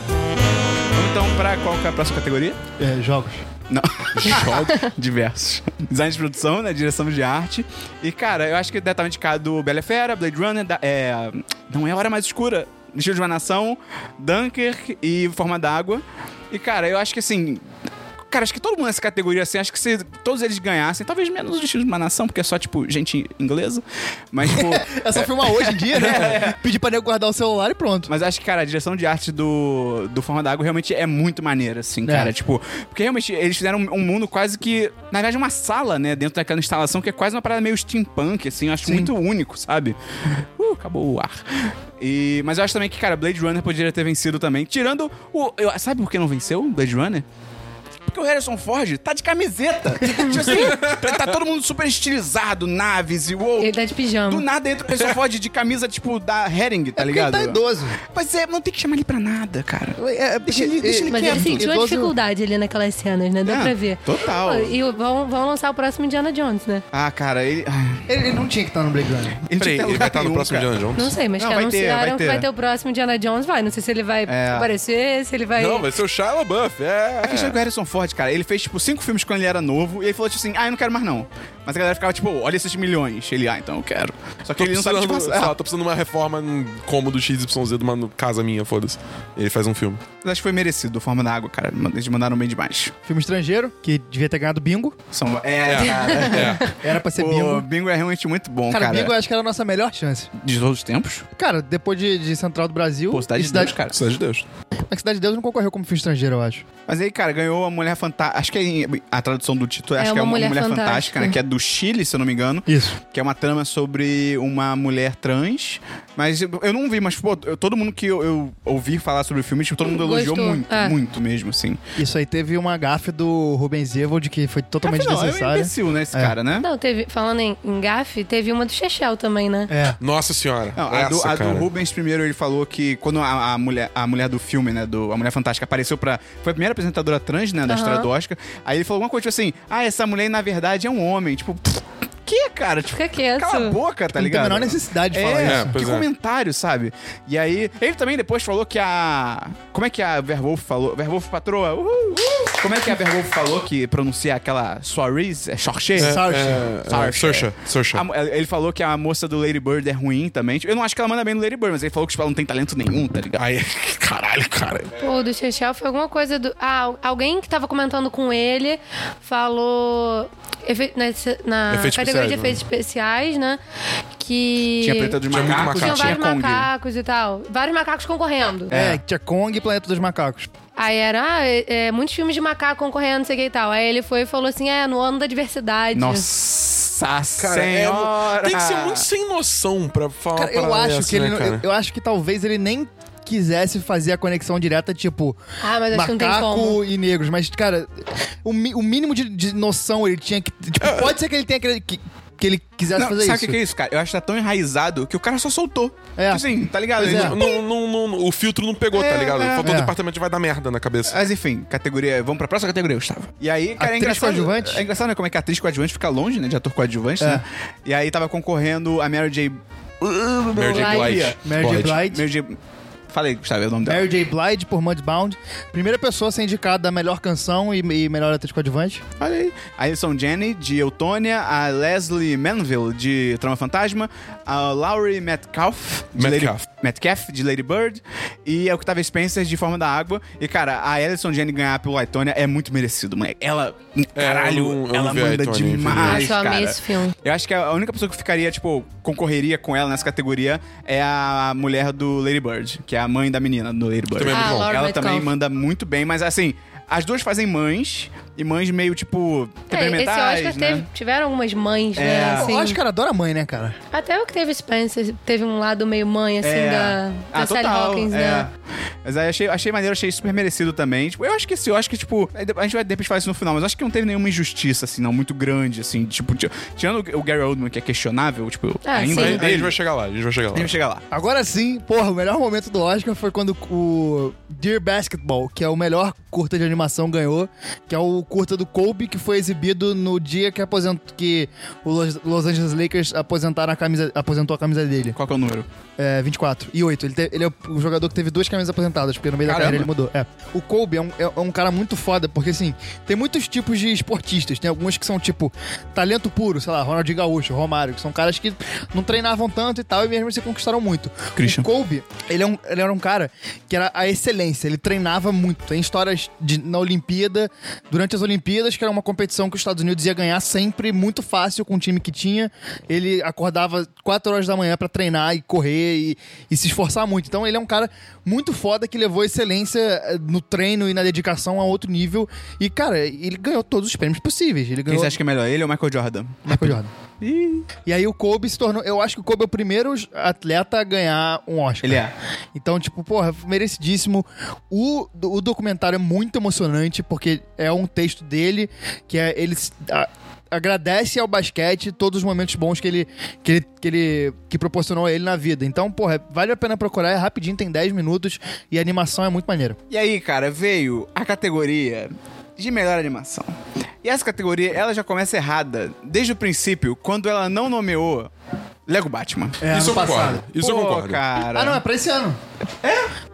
Vamos então pra qual que é a próxima categoria? É, jogos. Não. Diversos. Design de produção, né? Direção de arte. E, cara, eu acho que deve estar indicado Bela e a Fera, Blade Runner, da- é, Não é Hora Mais Escura, Destino de uma Nação, Dunkirk e Forma d'Água. E, cara, eu acho que, assim... Cara, acho que todo mundo nessa categoria, assim, acho que se todos eles ganhassem, talvez menos o Destino de uma Nação, porque é só, tipo, gente inglesa. Mas, tipo... É só filmar hoje em dia, né? cara? Pedir pra nego guardar o celular e pronto. É. Mas acho que, cara, a direção de arte do, do Forma da Água realmente é muito maneira, assim, É. cara. Tipo, porque realmente eles fizeram um um mundo quase que. Na verdade, uma sala, né? Dentro daquela instalação que é quase uma parada meio steampunk, assim. Eu acho muito único, sabe? Uh, acabou o ar. E, mas eu acho também que, cara, Blade Runner poderia ter vencido também. Tirando o. eu- sabe por que não venceu o Blade Runner? Porque o Harrison Ford tá de camiseta. tipo assim, tá todo mundo super estilizado, naves e uou. ele tá de Do pijama. nada entra o pessoal Ford de camisa, tipo, da Herring, tá ligado? Porque ele tá idoso. Mas é, não tem que chamar ele pra nada, cara. deixa ele, deixa ele Mas É, ele sentiu a Idoso- dificuldade ali naquelas cenas, né? Deu Ah, pra ver. total. Pô, E vão, vão lançar o próximo Indiana Jones, né? Ah, cara, ele. ah, Ele, ele não tinha que estar no Blade Runner. Ele, Peraí, ele vai estar no próximo Indiana Jones? Não sei, mas Não, que vai ter, vai anunciaram ter. que vai ter o próximo Indiana Jones, vai. Não sei se ele vai É. aparecer, se ele vai. Não, vai ser o Shia LaBeouf, é. A questão é que o Harrison Ford, cara, ele fez, tipo, cinco filmes quando ele era novo e ele falou, tipo assim, ah, eu não quero mais não. Mas a galera ficava, tipo, olha esses milhões. Ele, ah, então eu quero. Só que Tô ele não sabe tipo, é, precisando, disfarçar. sei lá, tô precisando de uma reforma num cômodo XYZ de uma no- casa minha, foda-se. Ele faz um filme. Mas Acho que foi merecido, Forma da Água, cara. Eles mandaram bem demais. Filme estrangeiro, que devia ter ganhado bingo. São... É, cara. É. Era pra ser Pô, bingo. bingo. é realmente muito bom, Cara, cara. bingo é eu acho que era a nossa melhor chance. De todos os tempos? Cara, depois de, de Central do Brasil. Pô, Cidade e de Deus, cara. Cidade É. de Deus. Mas Cidade de Deus não concorreu como filme estrangeiro, eu acho. Mas aí, cara, ganhou a Mulher Fantástica. Acho que é- a tradução do título É acho que é Uma uma Mulher, Mulher Fantástica, Fantástica. né? Que é do Chile, se eu não me engano. Isso. Que é uma trama sobre uma mulher trans. Mas eu eu não vi, mas, pô, eu- todo mundo que eu, eu ouvi falar sobre o filme, tipo, todo mundo elogiou Gostou, muito, é. muito mesmo, assim. Isso aí teve uma gafe do Rubens Evold que foi totalmente Afinal, é um desnecessária. imbecil, né, esse cara, né? Não, teve. Falando em, em gafe, teve uma do Chechel também, né? É. Nossa senhora. Não, a, do, Essa, a do cara. Rubens primeiro ele falou que quando a, a mulher, a mulher do filme, né, do, a mulher fantástica apareceu pra. foi a primeira apresentadora trans, né, da Aham. história do Oscar. Aí ele falou alguma coisa tipo assim: "Ah, essa mulher na verdade é um homem". Tipo, que, cara? Tipo, Fica quieto. Cala a boca, tá não tem a ligado? menor necessidade de É, falar É, isso. pois que comentário, sabe? E aí, ele também depois falou que a. Como é que a Verwolf falou? Verwolf patroa? Uhul, uhul. Como é que a Verwolf falou que pronuncia aquela Soares? É Sorche? Sarge. É, Saoirse, Saoirse. A mo- ele falou que a moça do Lady Bird é ruim também. Eu não acho que ela manda bem no Lady Bird, mas ele falou que tipo, ela não tem talento nenhum, tá ligado? Aí, caralho, cara. Pô, do Chechel foi alguma coisa do. Ah, alguém que tava comentando com ele falou. efe- Na, na Efeitos especiais, categoria né? de efeitos especiais, né? Que. Tinha preta dos Tinha muito macacos, Tinha tinha macaco. vários Kong. macacos e tal. Vários macacos concorrendo. É, tinha Kong e Planeta dos Macacos. Aí era, ah, é, é, muitos filmes de macaco concorrendo, não sei o que e tal. Aí ele foi e falou assim: é, no ano da diversidade. Nossa Cara, é mu- senhora! tem que ser muito sem noção pra falar. Cara, uma eu parada acho dessa, que ele. né, não- cara? eu, eu acho que talvez ele nem quisesse fazer a conexão direta, tipo, Ah, mas acho que não tem macaco como. e negros. Mas, cara, o, mi- o mínimo de, de noção ele tinha que. Tipo, pode ser que ele tenha que. que que ele quisesse Não, fazer sabe o isso. que que é isso, cara? Eu acho que tá tão enraizado que o cara só soltou. É. Tipo assim, tá ligado? Pois Ele é. não- Não, não, não- o filtro não pegou, É, tá ligado? é. Faltou É. o departamento vai dar merda na cabeça. Mas enfim, categoria. Vamos pra próxima categoria, Gustavo. E aí, cara, é Atriz engraçado. coadjuvante? É engraçado, né? Como é que a atriz coadjuvante fica longe, né? De ator coadjuvante, É. né? E aí tava concorrendo a Mary J. É. Mary J. Blige. Blige. Mary J. Blige. Blige. Mary J. Falei, Gustavo, é o nome dela. Mary J. Blige por Mudbound. Primeira pessoa a ser indicada a melhor canção e, e melhor atriz coadjuvante. Olha aí. A Alison Jenny, de Eutônia. A Leslie Manville, de Trama Fantasma. A Laurie Metcalf, de Metcalf. Lady... Metcalf, de Lady Bird. E a Octavia Spencer, de Forma da Água. E, cara, a Alison Jenny ganhar pelo Aitônia é muito merecido, moleque. Ela, caralho, É, eu não- eu não ela vi a manda Aitonia, demais, Nossa, eu amei cara. esse filme. Eu acho que a única pessoa que ficaria, tipo, concorreria com ela nessa categoria é a mulher do Lady Bird, que é a mãe da menina do Lady Bird. Também é muito Ah, bom. Laura ela Metcalf. também manda muito bem, mas assim, as duas fazem mães, e mães meio, tipo, É, esse temperamentais, Oscar né? teve, tiveram algumas mães, É. né? Pô, assim. Eu acho que ela adora mãe, né, cara? Até o que teve Spencer teve um lado meio mãe, assim, É. da, da ah, Sally total, Hawkins, é. né? Mas aí achei, achei maneiro, achei super merecido também. Tipo, eu acho que esse, eu acho que, tipo, a gente vai depois falar isso no final, mas eu acho que não teve nenhuma injustiça, assim, não, muito grande, assim, tipo, ti- tirando o Gary Oldman, que é questionável, tipo, Ah, ainda. sim. Mas A gente vai chegar lá, a gente vai chegar lá. A gente vai chegar lá. Agora sim, porra, o melhor momento do Oscar foi quando o Dear Basketball, que é o melhor curta de animação, ganhou, que é o curta do Kobe, que foi exibido no dia que, aposent... que o Los, Los Angeles Lakers aposentaram a camisa... aposentou a camisa dele. Qual que é o número? É, 24 e 8. Ele, te- ele é o jogador que teve duas camisas aposentadas, porque no meio Caramba. da carreira ele mudou. É. O Kobe é um, é um cara muito foda, porque assim, tem muitos tipos de esportistas. Tem alguns que são tipo talento puro, sei lá, Ronaldinho Gaúcho, Romário, que são caras que não treinavam tanto e tal, e mesmo se conquistaram muito. Christian. O Kobe, ele, é um- ele era um cara que era a excelência, ele treinava muito. Tem histórias de- na Olimpíada, durante as Olimpíadas, que era uma competição que os Estados Unidos ia ganhar sempre muito fácil com o time que tinha. Ele acordava 4 horas da manhã pra treinar e correr e, e se esforçar muito. Então ele é um cara muito foda que levou a excelência eh, no treino e na dedicação a outro nível. E, cara, ele ganhou todos os prêmios possíveis. Ele Quem ganhou você acha que é melhor, ele ou Michael Jordan? Michael Jordan. E aí o Kobe se tornou. Eu acho que o Kobe é o primeiro atleta a ganhar um Oscar. Ele é. Então, tipo, porra, merecidíssimo. O, o documentário é muito emocionante, porque é um texto dele, que é ele s- a- agradece ao basquete todos os momentos bons que ele, que ele, que ele que proporcionou a ele na vida. Então, porra, vale a pena procurar, é rapidinho, tem 10 minutos e a animação é muito maneira. E aí, cara, veio a categoria de melhor animação. E essa categoria, ela já começa errada desde o princípio, quando ela não nomeou Lego Batman. É, Isso eu concordo. Isso eu Pô, concordo. cara. Ah, não, é pra esse ano.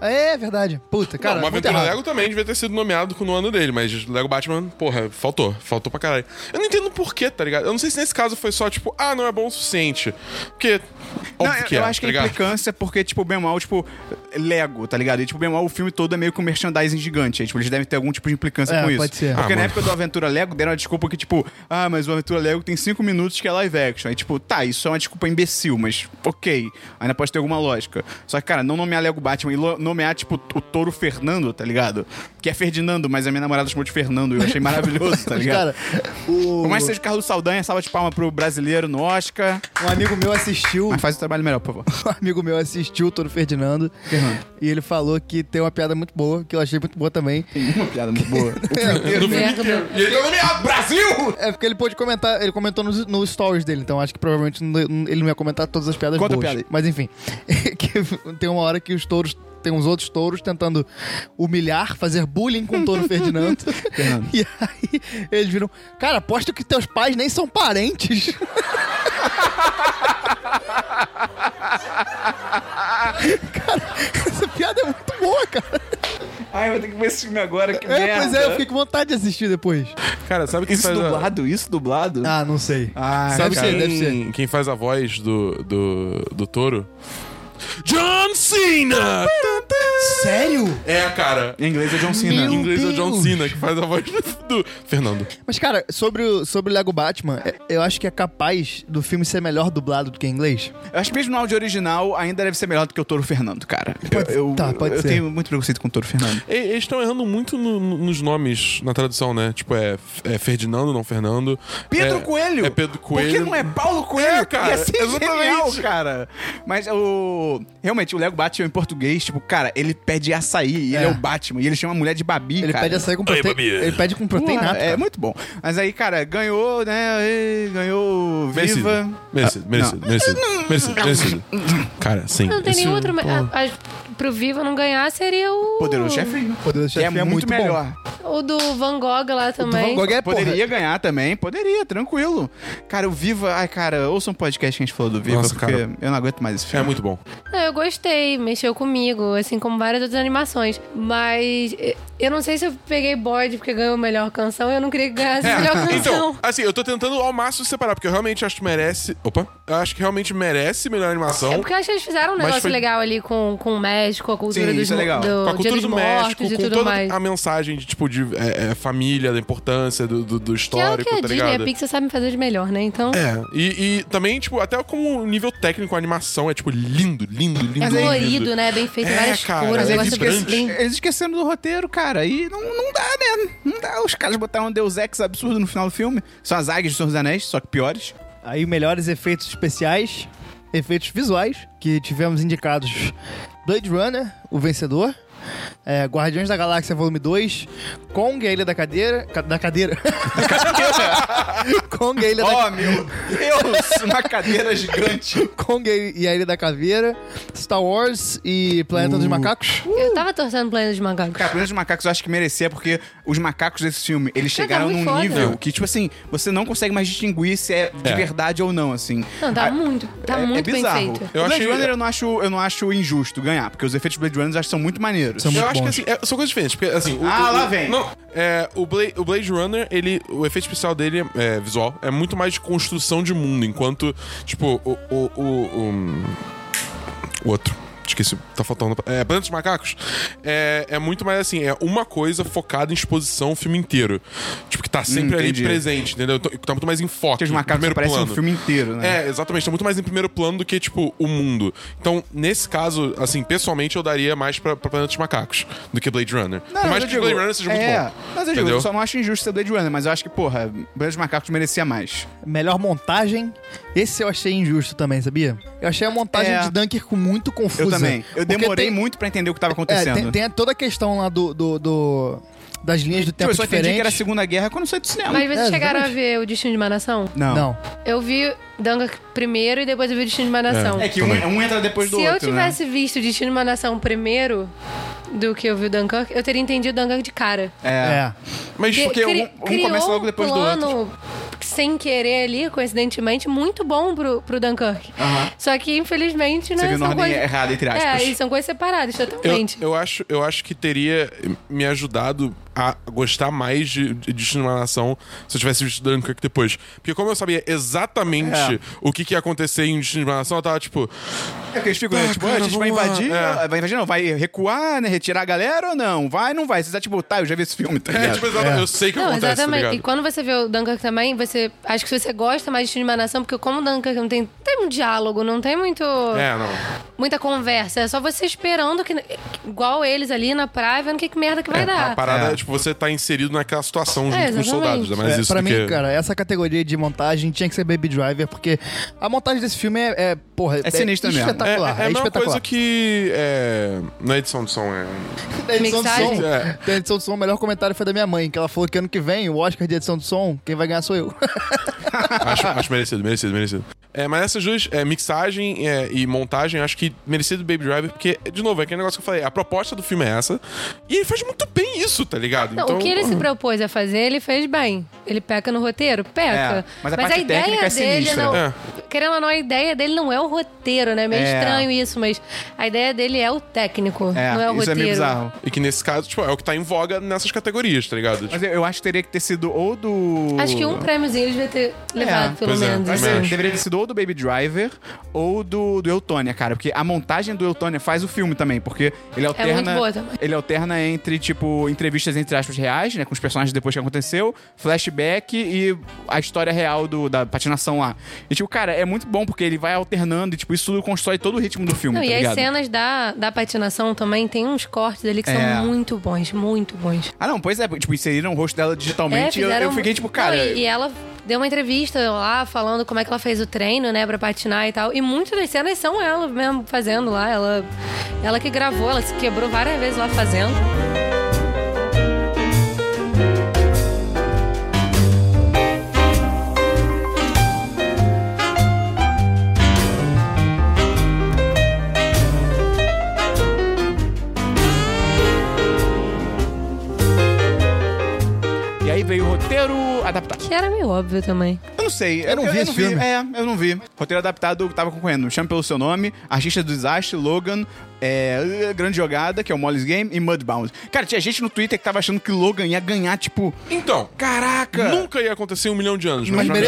É? É verdade. Puta, cara. não, uma muito aventura errado. Lego também devia ter sido nomeado no ano dele, mas Lego Batman, porra, faltou. Faltou pra caralho. Eu não entendo por quê, tá ligado? Eu não sei se nesse caso foi só, tipo, ah, não é bom o suficiente. Porque. Não, Óbvio eu, que é, eu acho que tá é ligado? implicância porque, tipo, bem ou mal, tipo, Lego, tá ligado? E, tipo, bem ou mal, o filme todo é meio com merchandising gigante. Aí, tipo, eles devem ter algum tipo de implicância É, com isso. pode ser. Porque Ah, na mano. época do Aventura Lego deram a desculpa que, tipo, ah, mas o Aventura Lego tem cinco minutos que é live action. Aí, tipo, tá, isso é uma desculpa imbecil, mas ok. Ainda pode ter alguma lógica. Só que, cara, não nomear Lego Batman e lo- nomear, tipo, o touro Fernando, tá ligado? Que é Ferdinando, mas a minha namorada chamou de Fernando e eu achei maravilhoso, tá Mas, ligado? cara, o- Por mais que seja Carlos Saldanha, salva de palma pro brasileiro no Oscar. um amigo meu assistiu. Mas faz o trabalho melhor, por favor. um amigo meu assistiu o Todo Ferdinando. E ele falou que tem uma piada muito boa, que eu achei muito boa também. Tem uma piada muito boa. No filme Verbo. inteiro. E ele tá nomeado, Brasil! É porque ele pôde comentar, ele comentou nos, nos stories dele, então acho que provavelmente não- ele não ia comentar todas as piadas Conta a boas. piada aí. Mas enfim, que tem uma hora que os touros. Tem uns outros touros tentando humilhar, fazer bullying com o touro Ferdinando. Fernando. E aí eles viram, cara, aposto que teus pais nem são parentes. cara, essa piada é muito boa, cara. Ai, eu vou ter que ver esse filme agora, que É, pois é, eu fiquei com vontade de assistir depois. Cara, sabe quem Isso faz a- dublado? Isso dublado? Ah, não sei. Ah, Sabe cara. que deve ser. Quem, quem faz a voz do, do, do touro? John Cena! Sério? É, cara. Em inglês é John Cena. Em Meu inglês é John Deus. Cena, que faz a voz do Fernando. Mas, cara, sobre o, sobre o Lego Batman, é- eu acho que é capaz do filme ser melhor dublado do que em inglês. Eu acho que mesmo no áudio original ainda deve ser melhor do que o Toro Fernando, cara. Pode- eu, eu- tá, pode eu ser. tenho muito preconceito com o Toro Fernando. E- Eles estão errando muito no- no- nos nomes na tradução, né? Tipo, é, é Ferdinando, não Fernando. Pedro É- Coelho! É Pedro Coelho. Por que não é Paulo Coelho, É, cara, Ia ser exatamente. genial, cara. Mas o, o. Realmente, o Lego Batman em português, tipo, cara, ele pede açaí e ele é o Batman. E ele chama a mulher de Babi, Ele cara. pede açaí com Oi, proteína. Babi. Ele pede com Porra, proteína. É muito bom. Mas aí, cara, ganhou, né? e Ganhou Merecido. Viva. Ah, Merecido, merecido, merecido, merecido, merecido. Cara, sim. Não tem Esse- nenhum outro. A, a, pro Viva não ganhar seria o. Poderoso Chefinho. Poderoso Que Chefe é muito, melhor. O do Van Gogh lá Bom. O também. Van Gogh é porra. Poderia ganhar também, poderia, tranquilo. Cara, o Viva. Ai, cara, ouça um podcast que a gente falou do Viva, Nossa, porque cara. eu não aguento mais esse É filme. muito bom. Não, eu gostei, mexeu comigo, assim como várias outras animações. Mas eh, eu não sei se eu peguei bode porque ganhou a melhor canção, eu não queria que ganhasse a melhor Então, canção. assim, eu tô tentando ao máximo separar, porque eu realmente acho que merece. Opa! Eu acho que realmente merece melhor É animação. porque eu acho que eles fizeram um Então, Mas negócio foi- legal ali com, com o México, a cultura Sim, dos, isso é mo- legal. do Com a Dia cultura dos do México, Mortos e com tudo toda mais. a mensagem de, tipo, de é, é, família, da importância do, do, do Que é o histórico, que tá a Disney e ligado? a Pixar sabem fazer de melhor, né? Então, É, e, e também, tipo, até como nível técnico, a animação é, tipo, lindo, lindo, lindo. é lindo, colorido, lindo. né? Bem feito, É, várias cara, cores, mas um é negócio bem vibrante. lindo. Eles esqueceram do roteiro, cara. E não, não dá, né? Não dá. Os caras botaram um Deus Ex absurdo no final do filme. São as águias de Senhor dos Anéis, só que piores. Aí, melhores efeitos especiais, efeitos visuais, que tivemos indicados Blade Runner, o vencedor, é, Guardiões da Galáxia Volume 2, Kong, a Ilha da Cadeira... ca- da Cadeira. Kong, a Ilha da... Oh, meu Deus! Uma cadeira gigante. Kong e a Ilha da Caveira, Star Wars e Planeta dos Macacos. Eu tava torcendo Planeta dos Macacos. Cara, Planeta dos Macacos eu acho que merecia, porque os macacos desse filme, eles Cara, tá chegaram muito num foda. nível que, tipo assim, você não consegue mais distinguir se é de É. verdade ou não, assim. Não, tá Ah, muito, tá é, muito é bem bizarro. feito. Eu o Blade achei- Runner eu não, acho, eu não acho injusto ganhar, porque os efeitos do Blade Runner eu acho que são muito maneiros. São Eu muito acho que bons. assim, é- são coisas diferentes, porque assim. o- Ah, o- lá o- vem. Não, é, o, Blade, o Blade Runner, ele, o efeito especial dele, é, visual, é muito mais de construção de mundo, enquanto, tipo, o. O, o, um, o outro. Esqueci, tá faltando. É, Planeta dos Macacos é, é muito mais assim, é uma coisa focada em exposição o filme inteiro. Tipo, que tá sempre ali entendi. presente, entendeu? Então, Tá muito mais em foco. Porque os no macacos primeiro parecem plano. um filme inteiro, né? É, exatamente. Tá muito mais em primeiro plano do que, tipo, o mundo. Então, nesse caso, assim, pessoalmente, eu daria mais pra, pra Planeta dos Macacos do que Blade Runner. Por mais eu que digo, Blade Runner seja muito é, bom. Mas eu, digo, entendeu? eu só não acho injusto ser Blade Runner, mas eu acho que, porra, Blade dos Macacos merecia mais. Melhor montagem. Esse eu achei injusto também, sabia? Eu achei a montagem É. de Dunkirk muito confusa. Eu é. também. Eu Porque demorei tem- muito pra entender o que tava É, acontecendo. tem, tem toda a questão lá do, do- do- das linhas do um Tipo, tempo eu só entendi diferente. que era a Segunda Guerra quando eu saí do cinema. Mas vocês É, chegaram a exatamente. ver o Destino de uma Nação? Não. Não. Eu vi Dunkirk primeiro e depois eu vi Destino de uma Nação. É que um, Também. um entra depois Se do outro, eu tivesse visto Destino de uma Nação primeiro do que eu vi o Dunkirk, eu teria entendido o Dunkirk de cara. né? É. É. Mas Porque porque cri- um um- começa logo depois do um plano sem querer ali, coincidentemente, muito bom pro, pro Dunkirk. Só que, infelizmente, Você né, viu na são ordem coisas... errada, entre aspas. É, e são coisas separadas eu, totalmente. eu, acho, eu acho que teria me ajudado a gostar mais de, de Destino de uma Nação se eu tivesse visto Dunkirk depois. Porque como eu sabia exatamente É. o que, que ia acontecer em Destino de uma Nação, eu tava tipo... É porque eles ficam, né, Ah, tipo, "Ah, cara, a gente vai vamos lá." invadir, É. ah, vai invadir não, vai recuar, né, retirar a galera ou não? Vai, não vai. Você tá tipo, tá, eu já vi esse filme, tá É, ligado? tipo, exatamente, eu sei o que Não, acontece, exatamente. tá e ligado? quando você vê o Dunkirk também, você. Acho que você gosta mais de Destino de uma Nação, porque como o Dunkirk não tem, tem um diálogo, não tem muito. É, não. muita conversa. É só você esperando que. Igual eles ali na praia, vendo que, que merda que vai A dar. parada é. É. tipo, você tá inserido naquela situação junto com os É, exatamente. soldados. É mais É, isso pra do mim, que... cara, essa categoria de montagem tinha que ser Baby Driver, porque a montagem desse filme é, é, porra, é, sinistra mesmo. espetacular. É, é, a mesma espetacular. coisa que. É, na edição de som, é. Da edição de som, Mixagem? É. da edição de som, o melhor comentário foi da minha mãe, que ela falou que ano que vem, o Oscar de edição de som, quem vai ganhar sou eu. Acho, acho merecido, merecido, merecido. É, mas essas duas, é, mixagem é, e montagem, acho que merecido Baby Driver, porque, de novo, é aquele negócio que eu falei, a proposta do filme é essa, e ele faz muito bem isso, tá ligado? então, Não, o que uhum. ele se propôs a fazer, ele fez bem. Ele peca no roteiro? É, Peca. mas a parte ideia técnica é dele sinistra. não. É. Querendo ou não, a ideia dele não é o roteiro, né? É meio É. estranho isso, mas a ideia dele é o técnico, É, não é o isso roteiro. é meio bizarro. E que nesse caso, tipo, é o que tá em voga nessas categorias, tá ligado? Mas eu, eu acho que teria que ter sido ou do... Acho que um prêmiozinho ele devia ter levado, pelo pois é, menos. também assim. acho. Deveria ter sido ou do Baby Driver ou do, do Eutônia, cara. Porque a montagem do Eutônia faz o filme também, porque ele alterna. É muito boa também. Ele alterna entre, tipo, entrevistas entre aspas reais, né? Com os personagens depois que aconteceu, flashback e a história real do, da patinação lá. E, tipo, cara, é muito bom porque ele vai alternando e, tipo, isso tudo constrói todo o ritmo do filme. Não, tá e as ligado? cenas da, da patinação também, tem uns cortes ali que É. são muito bons, muito bons. Ah, não, pois é, tipo, inseriram o rosto dela digitalmente É, e eu, fizeram- eu fiquei, tipo, cara. Não, e, e ela deu uma entrevista lá falando como é que ela fez o treino, né, pra patinar e tal. E muitas das cenas são ela mesmo fazendo lá. Ela, ela que gravou, ela se quebrou várias vezes lá fazendo. E aí veio o roteiro adaptado. Que era meio óbvio também. Eu não sei. Eu não vi esse filme. É, eu não vi. Roteiro adaptado que tava concorrendo. Me Chame Pelo Seu Nome, Artista do Desastre, Logan, é, Grande Jogada, que é o Molly's Game, e Mudbound. Cara, tinha gente no Twitter que tava achando que Logan ia ganhar, tipo... Então, Caraca! nunca ia acontecer um milhão de anos, mas, Mas pra mim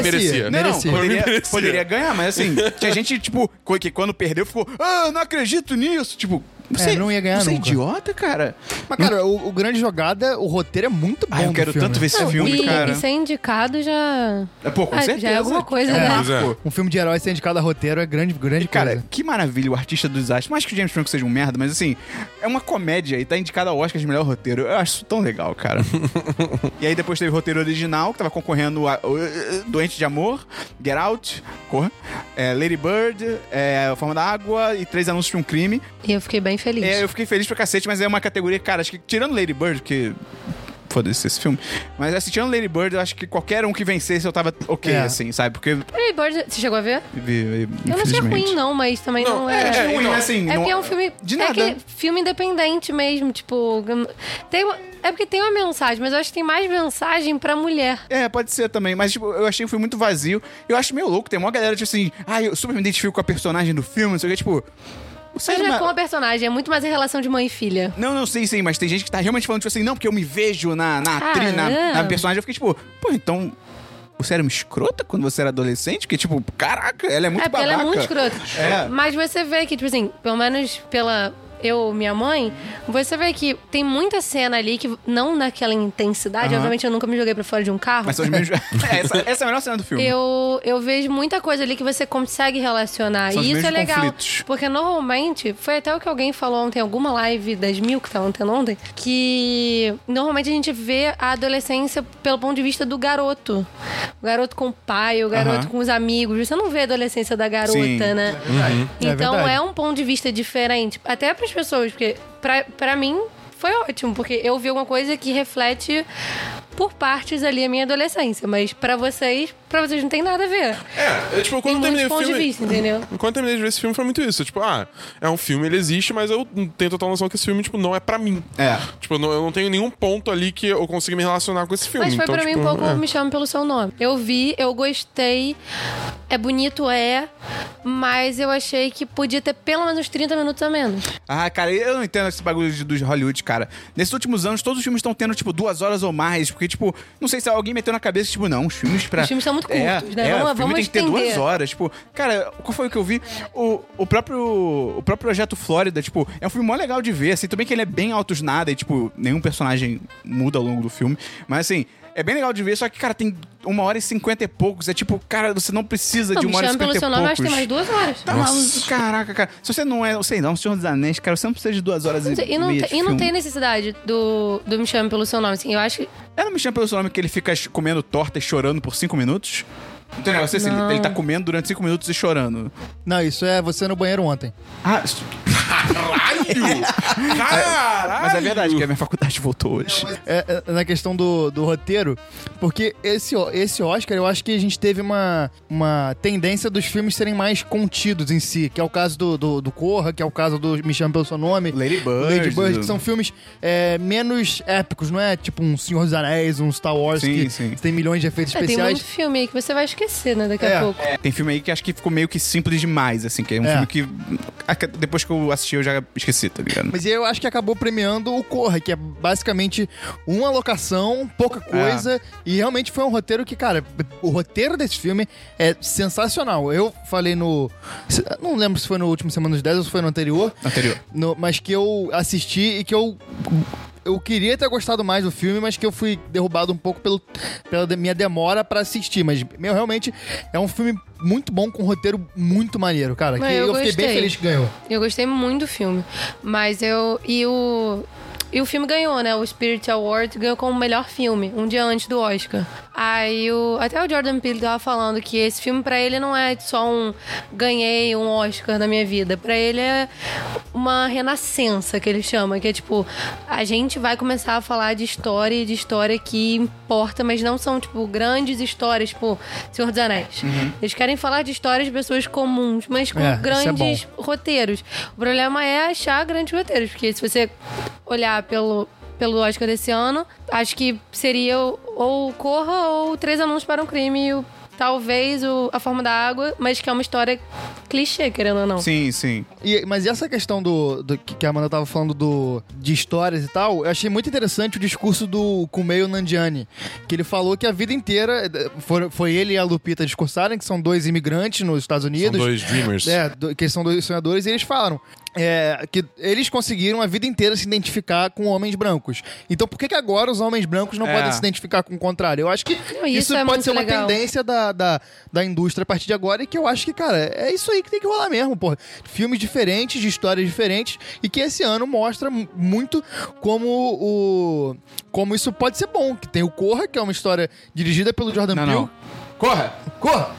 merecia. merecia. Né? Não, Merecia. Poderia, Pra mim merecia. poderia ganhar, mas assim, tinha gente, tipo, co- que quando perdeu ficou, ah, não acredito nisso. Tipo, você não ia ganhar você é nunca. idiota, cara. Mas, cara, o, o grande jogada, o roteiro é muito bom. Ai, Ah, eu do quero filme. tanto ver esse Não, filme, e, cara. e ser indicado já. É, Pô, com Ah, certeza. Já é alguma coisa, É um né? Pois é. marco. Um filme de herói sendo de cada roteiro é grande, grande Cara, coisa. que maravilha o artista do desastre. Mais que o James Franco seja um merda, mas assim, é uma comédia e tá indicada ao Oscar de melhor roteiro. Eu acho isso tão legal, cara. e aí depois teve o roteiro original, que tava concorrendo a o- eh, Doente de Amor, Get Out, Corra, é, Lady Bird, é, Forma da Água e Três Anúncios de um Crime. E eu fiquei bem feliz. É, eu fiquei feliz pra cacete, mas é uma categoria, cara, acho que tirando Lady Bird, que. Foda-se esse filme. Mas assim, tirando Lady Bird, eu acho que qualquer um que vencesse eu tava ok, É. assim, sabe? Porque. Harry Potter, você chegou a ver? Eu não achei ruim, não, mas também não, Não, é. É, ruim, mas assim. É não- porque é um filme. De É nada. que filme independente mesmo, tipo. Tem, uma- é porque tem uma mensagem, mas eu acho que tem mais mensagem pra mulher. É, pode ser também. Mas, tipo, eu achei o filme muito vazio. Eu acho meio louco. Tem uma galera, tipo assim, ah, eu super me identifico com a personagem do filme, não sei o que, tipo. Você Mas é não uma- é com a personagem, é muito mais a relação de mãe e filha. Não, não sei, sim, mas tem gente que tá realmente falando, tipo assim, não, porque eu me vejo na, na Ah, atriz, na, é. na personagem. Eu fiquei, tipo, pô, então. Você era uma escrota quando você era adolescente? Porque, tipo, caraca, ela é muito é, porque babaca. ela é muito escrota. É. Mas você vê que, tipo assim, pelo menos pela eu, minha mãe, você vê que tem muita cena ali que não naquela intensidade. Aham. Obviamente eu nunca me joguei pra fora de um carro. Mas são os mesmos. É, essa, essa é a melhor cena do filme. Eu, eu vejo muita coisa ali que você consegue relacionar. São os e isso é mesmos legal. conflitos. Porque normalmente, foi até o que alguém falou ontem, alguma live das mil que estavam tendo ontem, que normalmente a gente vê a adolescência pelo ponto de vista do garoto. O garoto com o pai, o garoto Aham. com os amigos. Você não vê a adolescência da garota, Sim. né? É Então verdade. é, um ponto de vista diferente. Até pras pessoas, porque pra, pra mim. Foi ótimo, porque eu vi uma coisa que reflete por partes ali a minha adolescência, mas pra vocês, para vocês não tem nada a ver. É, eu, tipo, quando Tem eu terminei muitos o pontos de filme. Hum, vista, entendeu? Enquanto eu terminei de ver esse filme, foi muito isso. Tipo, ah, é um filme, ele existe, mas eu tenho total noção que esse filme, tipo, não é pra mim. É. Tipo, eu não- eu não tenho nenhum ponto ali que eu consiga me relacionar com esse filme. Mas foi então, pra mim tipo, um pouco é. Me Chame Pelo Seu Nome. Eu vi, eu gostei, é bonito, é, mas eu achei que podia ter pelo menos 30 minutos a menos. Ah, cara, eu não entendo esse bagulho de- dos Hollywood, cara. Nesses últimos anos, todos os filmes estão tendo, tipo, duas horas ou mais. Porque, tipo, não sei se alguém meteu na cabeça, tipo, não, os filmes pra. Os filmes são muito É, curtos, né? É, Vamos- o filme vamos tem que ter duas estender. horas. Tipo, cara, qual foi o que eu vi? O, o próprio o próprio Projeto Flórida, tipo, é um filme mó legal de ver, assim. Também que ele é bem altos nada e, tipo, nenhum personagem muda ao longo do filme. Mas, assim, é bem legal de ver, só que, cara, tem uma hora e cinquenta e poucos. É tipo, cara, você não precisa Não, É de Me uma hora e Chame cinquenta Pelo e Seu Nome, eu poucos. acho que tem mais duas horas. Tá maluco, caraca, cara. Se você não é, eu sei não, Senhor dos Anéis, cara, você não precisa de duas horas e, E não, meia tem- de e não filme. tem necessidade do, do Me Chame Pelo Seu Nome, assim, eu acho que Ela me chama pelo seu nome que ele fica ch- comendo torta e chorando por cinco minutos? Não tem negócio assim, ele, ele tá comendo durante cinco minutos e chorando. Não, isso é você no banheiro ontem. Ah, isso- Caralho! Caralho! mas é verdade que a minha faculdade voltou hoje. É, é, na questão do, do roteiro, porque esse, o- esse Oscar, eu acho que a gente teve uma, uma tendência dos filmes serem mais contidos em si, que é o caso do, do, do Corra, que é o caso do Me Chama Pelo Seu Nome, Lady Bird. Lady Bird, que são filmes é, menos épicos, não é tipo um Senhor dos Anéis, um Star Wars, Sim, que sim. tem milhões de efeitos é, tem especiais. muito filme aí que você vai esquecer, né, daqui É. a pouco. É, Tem filme aí que acho que ficou meio que simples demais, assim, que é um É. filme que. a- que Depois que eu assisti, eu já esqueci, tá ligado? Mas eu acho que acabou premiando o Corra, que é basicamente uma locação, pouca coisa. E realmente foi um roteiro que, cara, o roteiro desse filme é sensacional. Eu falei no. se- Não lembro se foi no último Semana dos 10 ou se foi no anterior. Anterior. no- mas que eu assisti e que eu. Eu queria ter gostado mais do filme, mas que eu fui derrubado um pouco pelo, pela de- minha demora pra assistir. Mas, meu, realmente é um filme muito bom, com um roteiro muito maneiro, cara. Não, que É, eu eu fiquei bem gostei. feliz que ganhou. Eu gostei muito do filme. Mas eu. E o. E o filme ganhou, né? O Spirit Award ganhou como melhor filme, um dia antes do Oscar. Aí o, até o Jordan Peele tava falando que esse filme pra ele não é só um ganhei um Oscar na minha vida, Pra ele é uma renascença que ele chama, que é tipo, a gente vai começar a falar de história e de história que importa, mas não são tipo grandes histórias, tipo Senhor dos Anéis. Eles querem falar de histórias de pessoas comuns, mas com Uhum. É, isso é bom. grandes roteiros. O problema é achar grandes roteiros, porque se você olhar pelo, pelo Oscar desse ano, acho que seria o- ou Corra ou Três Anúncios para um Crime, e o- talvez o A Forma da Água, mas que é uma história clichê, querendo ou não. Sim, sim. E- mas e essa questão do, do que que a Amanda tava falando do, de histórias e tal, eu achei muito interessante o discurso do Kumeio Nandiani, que ele falou que a vida inteira eh, foi, foi ele e a Lupita discursarem, que são dois imigrantes nos Estados São Unidos. dois Dreamers. É, do- que são dois sonhadores, e eles falaram é, que eles conseguiram a vida inteira se identificar com homens brancos. Então por que, que agora os homens brancos não É. podem se identificar com o contrário? Eu acho que Não, isso isso, é pode muito ser uma legal. tendência da, da, da indústria a partir de agora e que eu acho que, cara, é isso aí que tem que rolar mesmo, porra. Filmes diferentes, de histórias diferentes, e que esse ano mostra mu- muito como o. como isso pode ser bom. Que tem o Corra, que é uma história dirigida pelo Jordan Não, Peele. não. Corra! Corra!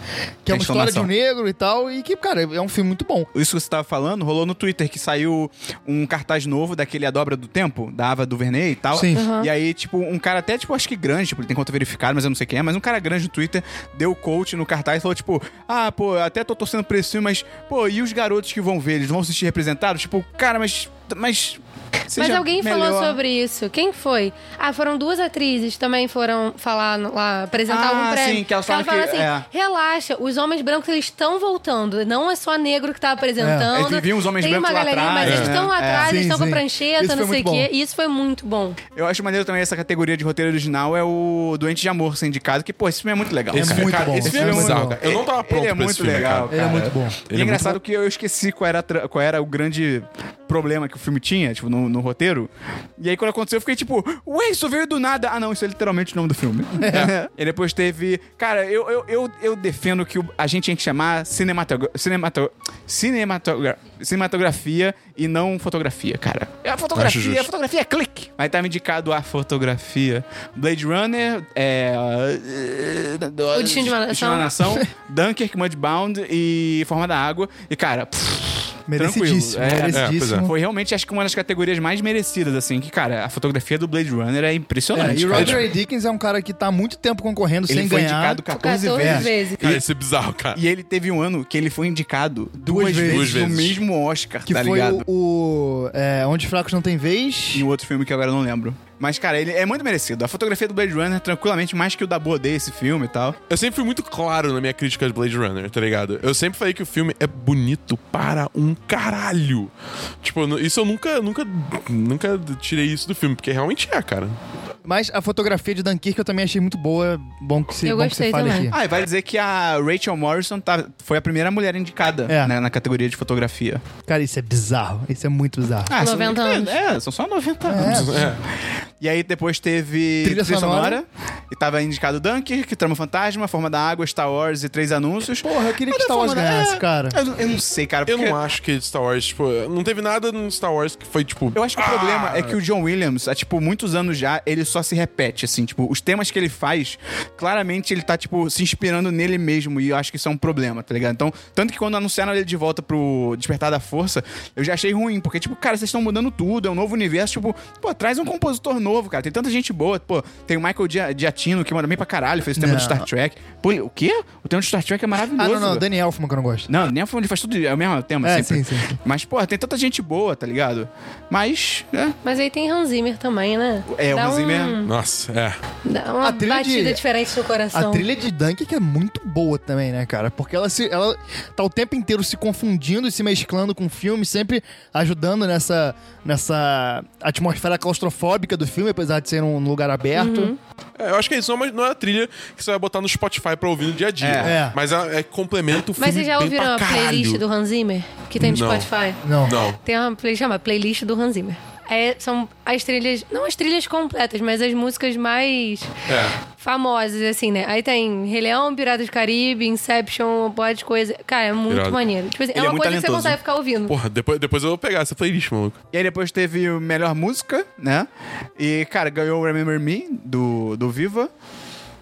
Que é uma história de Transformação. um negro e tal, e que, cara, é um filme muito bom. Isso que você tava falando rolou no Twitter, que saiu um cartaz novo daquele A Dobra do Tempo, da Ava DuVernay e tal. Sim. Aham. E aí, tipo, um cara até, tipo, acho que grande, tipo, ele tem conta verificada, mas eu não sei quem é, mas um cara grande no Twitter deu coach no cartaz e falou, tipo, ah, pô, eu até tô torcendo pra esse filme, mas, pô, e os garotos que vão ver, eles vão se sentir representados? Tipo, cara, mas... Mas, Mas seja alguém falou melhor. sobre isso. Quem foi? Ah, foram duas atrizes também foram falar no- lá, apresentar Ah, algum prêmio. sim, que elas ela falam fala que- assim: é. relaxa, os homens brancos eles estão voltando. Não é só negro que tá apresentando. É, tem- viu uns homens Tem brancos uma lá galerinha, atrás, mas eles né? estão lá É. atrás, eles Sim, estão com sim. prancheta, Isso foi não sei o muito quê. bom. E isso foi muito bom. Eu acho maneiro também essa categoria de roteiro original é o Doente de Amor ser indicado, que, pô, esse filme é muito legal. Esse cara. filme é muito bom. Esse filme é muito bizarro, bom. cara. Eu não tava Ele- pronto ele é pra esse muito filme, legal, cara. Ele é cara. muito bom. E é engraçado que eu esqueci qual era, a tra- qual era o grande problema que o filme tinha, tipo, no, no roteiro. E aí, quando aconteceu, eu fiquei tipo, ué, isso veio do nada. Ah, não, isso é literalmente o nome do filme. e depois teve. Cara, eu, eu, eu, eu defendo que o- a gente tinha que chamar cinematogra cinemato cinematogra cinematografia e não fotografia, cara. É a Acho fotografia, justo. a fotografia é clique. Aí tá me indicado a fotografia. Blade Runner, é. O Destino de uma Destino Nação. Nação, Dunkirk, Mudbound e Forma da Água. E, cara, pff, Merecidíssimo, tranquilo. É, é. merecidíssimo. foi realmente, acho que uma das categorias mais merecidas, assim. Que, cara, a fotografia do Blade Runner é É, impressionante. e o cara. Roger A. Dickens é um cara que tá há muito tempo concorrendo Ele sem foi ganhar. indicado 14, 14 vezes. vezes. Cara, esse é bizarro, cara. E ele teve um ano que ele foi indicado duas, Duas vezes, vezes. no mesmo Oscar, Que tá foi ligado? o, o, é, Onde Fracos Não Tem Vez. E o outro filme que agora eu não lembro. Mas, cara, ele é muito merecido. A fotografia do Blade Runner, é tranquilamente, mais que o da Boa esse filme e tal. Eu sempre fui muito claro na minha crítica de Blade Runner, tá ligado? Eu sempre falei que o filme é bonito para um caralho. Tipo, nu- isso eu nunca, nunca, nunca tirei isso do filme, porque realmente é, cara. Mas a fotografia de Dunkirk eu também achei muito boa. Bom que você, Eu bom que gostei você fale também. aqui. Ah, e vai dizer que a Rachel Morrison tá- foi a primeira mulher indicada É. né, na categoria de fotografia. Cara, isso é bizarro. Isso é muito bizarro. Ah, são- 90 anos. É, são só 90 anos. É. E aí depois teve Trilha sonora. E tava indicado Dunkirk, Trama Fantasma, Forma da Água, Star Wars e três anúncios. Porra, eu queria Mas que da Star Wars Forma da- ganhasse, é, cara. Eu, não- eu não sei, cara. Eu porque- não acho que Star Wars, tipo, não teve nada no Star Wars que foi, tipo. Eu acho que o "Ah!" problema é que o John Williams, há, tipo, muitos anos já, ele só se repete, assim. Tipo, os temas que ele faz, claramente ele tá, tipo, se inspirando nele mesmo. E eu acho que isso é um problema, tá ligado? Então, tanto que quando anunciaram ele de volta pro Despertar da Força, eu já achei ruim. Porque, tipo, cara, vocês estão mudando tudo, é um novo universo. Tipo, pô, traz um compositor novo, cara. Tem tanta gente boa. Pô, tem o Michael Gia- Giacchino, que manda bem pra caralho, fez o tema Não. do Star Trek. Pô, o quê? O tema do Star Trek é Ah, maravilhoso. não, não. Daniel Elfman que eu não gosto. Não, nem a família faz tudo, é o mesmo tema É, sempre. sim, sim. Mas, porra, tem tanta gente boa, tá ligado? Mas, né? Mas aí tem Hans Zimmer também, né? É, o Dá Hans Zimmer- Um, Nossa, é. dá uma A trilha de- batida diferente no coração. A trilha de Dunkirk é muito boa também, né, cara? Porque ela, se, ela tá o tempo inteiro se confundindo e se mesclando com o filme, sempre ajudando nessa, nessa atmosfera claustrofóbica do filme, apesar de ser um lugar aberto. É, Eu acho que isso não é, uma, não é uma trilha que você vai botar no Spotify pra ouvir no dia a dia. É. Mas é, é complemento o filme. Mas vocês já bem ouviram pra a playlist caralho. do Hans Zimmer? Que tem no Não. Spotify? Não. Não. Tem uma playlist chamada Playlist do Hans Zimmer. É, são as trilhas, não as trilhas completas, mas as músicas mais É. famosas, assim, né? Aí tem Rei Leão, Piratas do Caribe, Inception, um monte de coisa. Cara, é muito Irado. maneiro. Tipo assim, é Ele é uma muito coisa que talentoso. você né? consegue ficar ouvindo. Porra, depois, depois eu vou pegar essa playlist, maluco. E aí depois teve o Melhor Música, né? E, cara, ganhou o Remember Me, do, do Viva.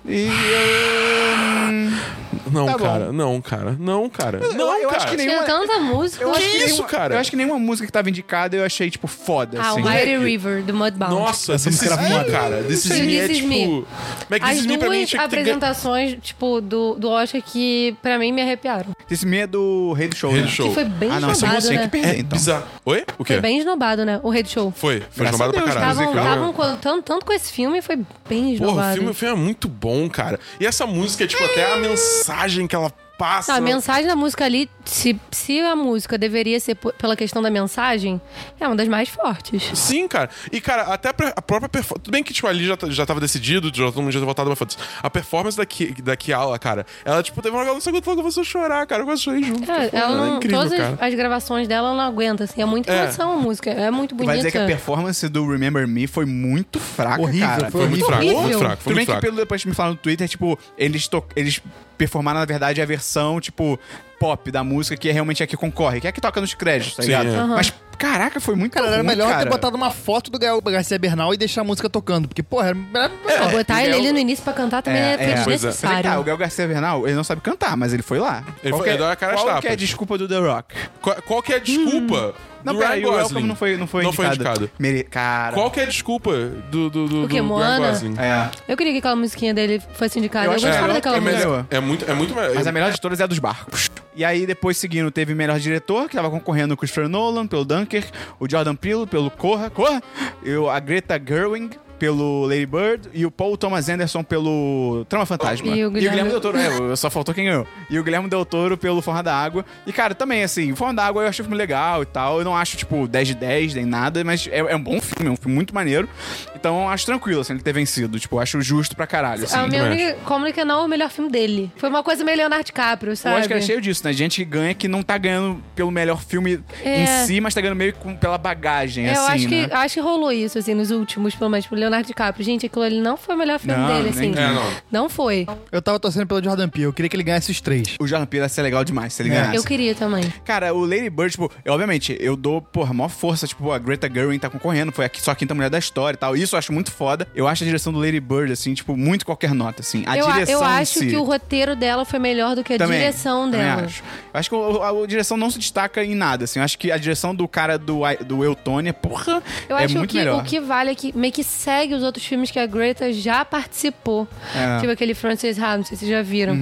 E hum, eu. Não, Tá bom. cara. Não, cara. Não, cara. Não, eu cara. acho que nem- Tinha nenhuma- tanta música. eu acho Que isso, nenhuma- cara? Eu acho que nenhuma música que tava indicada eu achei, tipo, foda, Ah, o assim. Mighty River, do Mudbound. é né? Nossa, Essa This Is música era Me, foda. cara. This Is Sim. Me é This Is Me. tipo... Mas This As Is Me pra mim duas tinha que ter... ganho- apresentações, tipo, do, do Oscar que pra mim me arrepiaram. Esse meio é do Rei do Show, Rei né? do Show. Que foi bem Ah, não, essa esnobado, música né? que perdeu, É então. bizarro. Oi? O quê? Foi bem esnobado, né? O Rede Show. Foi. Foi Graças esnobado a pra Deus, caralho. né? Estavam musical. estavam com- tanto, tanto com esse filme, foi Porra, bem o esnobado. filme, o filme é muito bom, cara. E essa música, tipo, até a mensagem que ela passa... Não, a mensagem da música ali, se, se a música deveria ser po- pela questão da mensagem, é uma das mais fortes. Sim, cara. E, cara, até a pre- a própria performance. Tudo bem que, tipo, ali já, tá- já tava decidido, já todo mundo já tinha votado, mas foda-se. A performance da, Ki, da Kiala, cara, ela, tipo, teve uma galera no segundo falou que começou a chorar, cara. Eu quase chorei junto. É, Foi- ela não, né? incrível, todas cara. as gravações dela ela não aguenta, assim. É muita É. emoção a música. É muito bonita. Vai dizer que a performance do Remember Me foi muito fraca, Horrível, cara. foi Foi muito fraco, foi muito horrível. fraco, É foi Tudo bem muito que fraco. pelo depois que me falaram no Twitter, tipo, eles, to- eles performaram, na verdade, a versão, tipo, pop da música, que é realmente a que concorre, que é a que toca nos créditos, tá Sim, ligado? é. Aham. Mas, caraca, foi muito Cara, ruim, era melhor cara. ter botado uma foto do Gael Garcia Bernal e deixar a música tocando. Porque, porra, era melhor. Ah, botar ele Miguel- ali no início pra cantar também é, é, pois é. Mas é que desnecessário. tá, o Gael Garcia Bernal, ele não sabe cantar, mas ele foi lá. Ele Qual foi- que é- ele deu a cara às Qual que tapas. é a desculpa do The Rock? Qual, qual que é a Hum. desculpa Não, do peraí, Ryan o Gosling? Welcome não foi, não foi Não foi indicado. indicado. Mere- Cara... Qual que é a desculpa do, do, do, O do quê, Ryan Moana? Gosling? É, Eu queria que aquela musiquinha dele fosse indicada. Eu Eu, acho gostava melhor- daquela é, música. melhor- é muito, é muito melhor. Mas a melhor de todas é a dos barcos. E aí, depois seguindo, teve o melhor diretor, que tava concorrendo com o Christopher Nolan pelo Dunker, o Jordan Peele pelo Corra, Corra, e o- a Greta Gerwig pelo Lady Bird e o Paul Thomas Anderson pelo Trama Fantasma. E o Guilherme- Del Toro, é, só faltou quem ganhou. E o Guilherme Del Toro pelo Forma da Água. E, cara, também, assim, Forma da Água eu achei o filme legal e tal. Eu não acho, tipo, 10 de 10 nem nada, mas é, é um bom filme, é um filme muito maneiro. Então, eu acho tranquilo, assim, ele ter vencido. Tipo, eu acho justo pra caralho, assim. A minha também única como que não é o melhor filme dele. Foi uma coisa meio Leonardo DiCaprio, Eu sabe? acho que é cheio disso, né? Gente que ganha que não tá ganhando pelo melhor filme É. em si, mas tá ganhando meio com, pela bagagem, É, eu assim, acho, que, né? acho que rolou isso, assim, nos últimos, pelo menos, pro Leonardo DiCaprio. Gente, aquilo ali não foi o melhor filme Não, dele, nem- assim. É, não. Não foi. Eu tava torcendo pelo Jordan Peele. Eu queria que ele ganhasse os três. O Jordan Peele ia ser legal demais se ele ganhasse. É, Eu queria também. Cara, o Lady Bird, tipo, eu, obviamente, eu dou, porra, maior força. Tipo, a Greta Gerwig tá concorrendo, foi a, só a quinta mulher da história e tal. Isso eu acho muito foda. Eu acho a direção do Lady Bird, assim, tipo, muito qualquer nota, assim. A eu, a- direção eu em acho si. que o roteiro dela foi melhor do que a Também, direção também dela. Acho. Eu acho que o- a, a direção não se destaca em nada, assim. Eu acho que a direção do cara do, I- do Eutônia, porra, Eu é acho muito que melhor. o que vale é que meio que segue os outros filmes que a Greta já participou. É. Uhum. Tipo aquele Francis Ha, não sei se vocês já viram.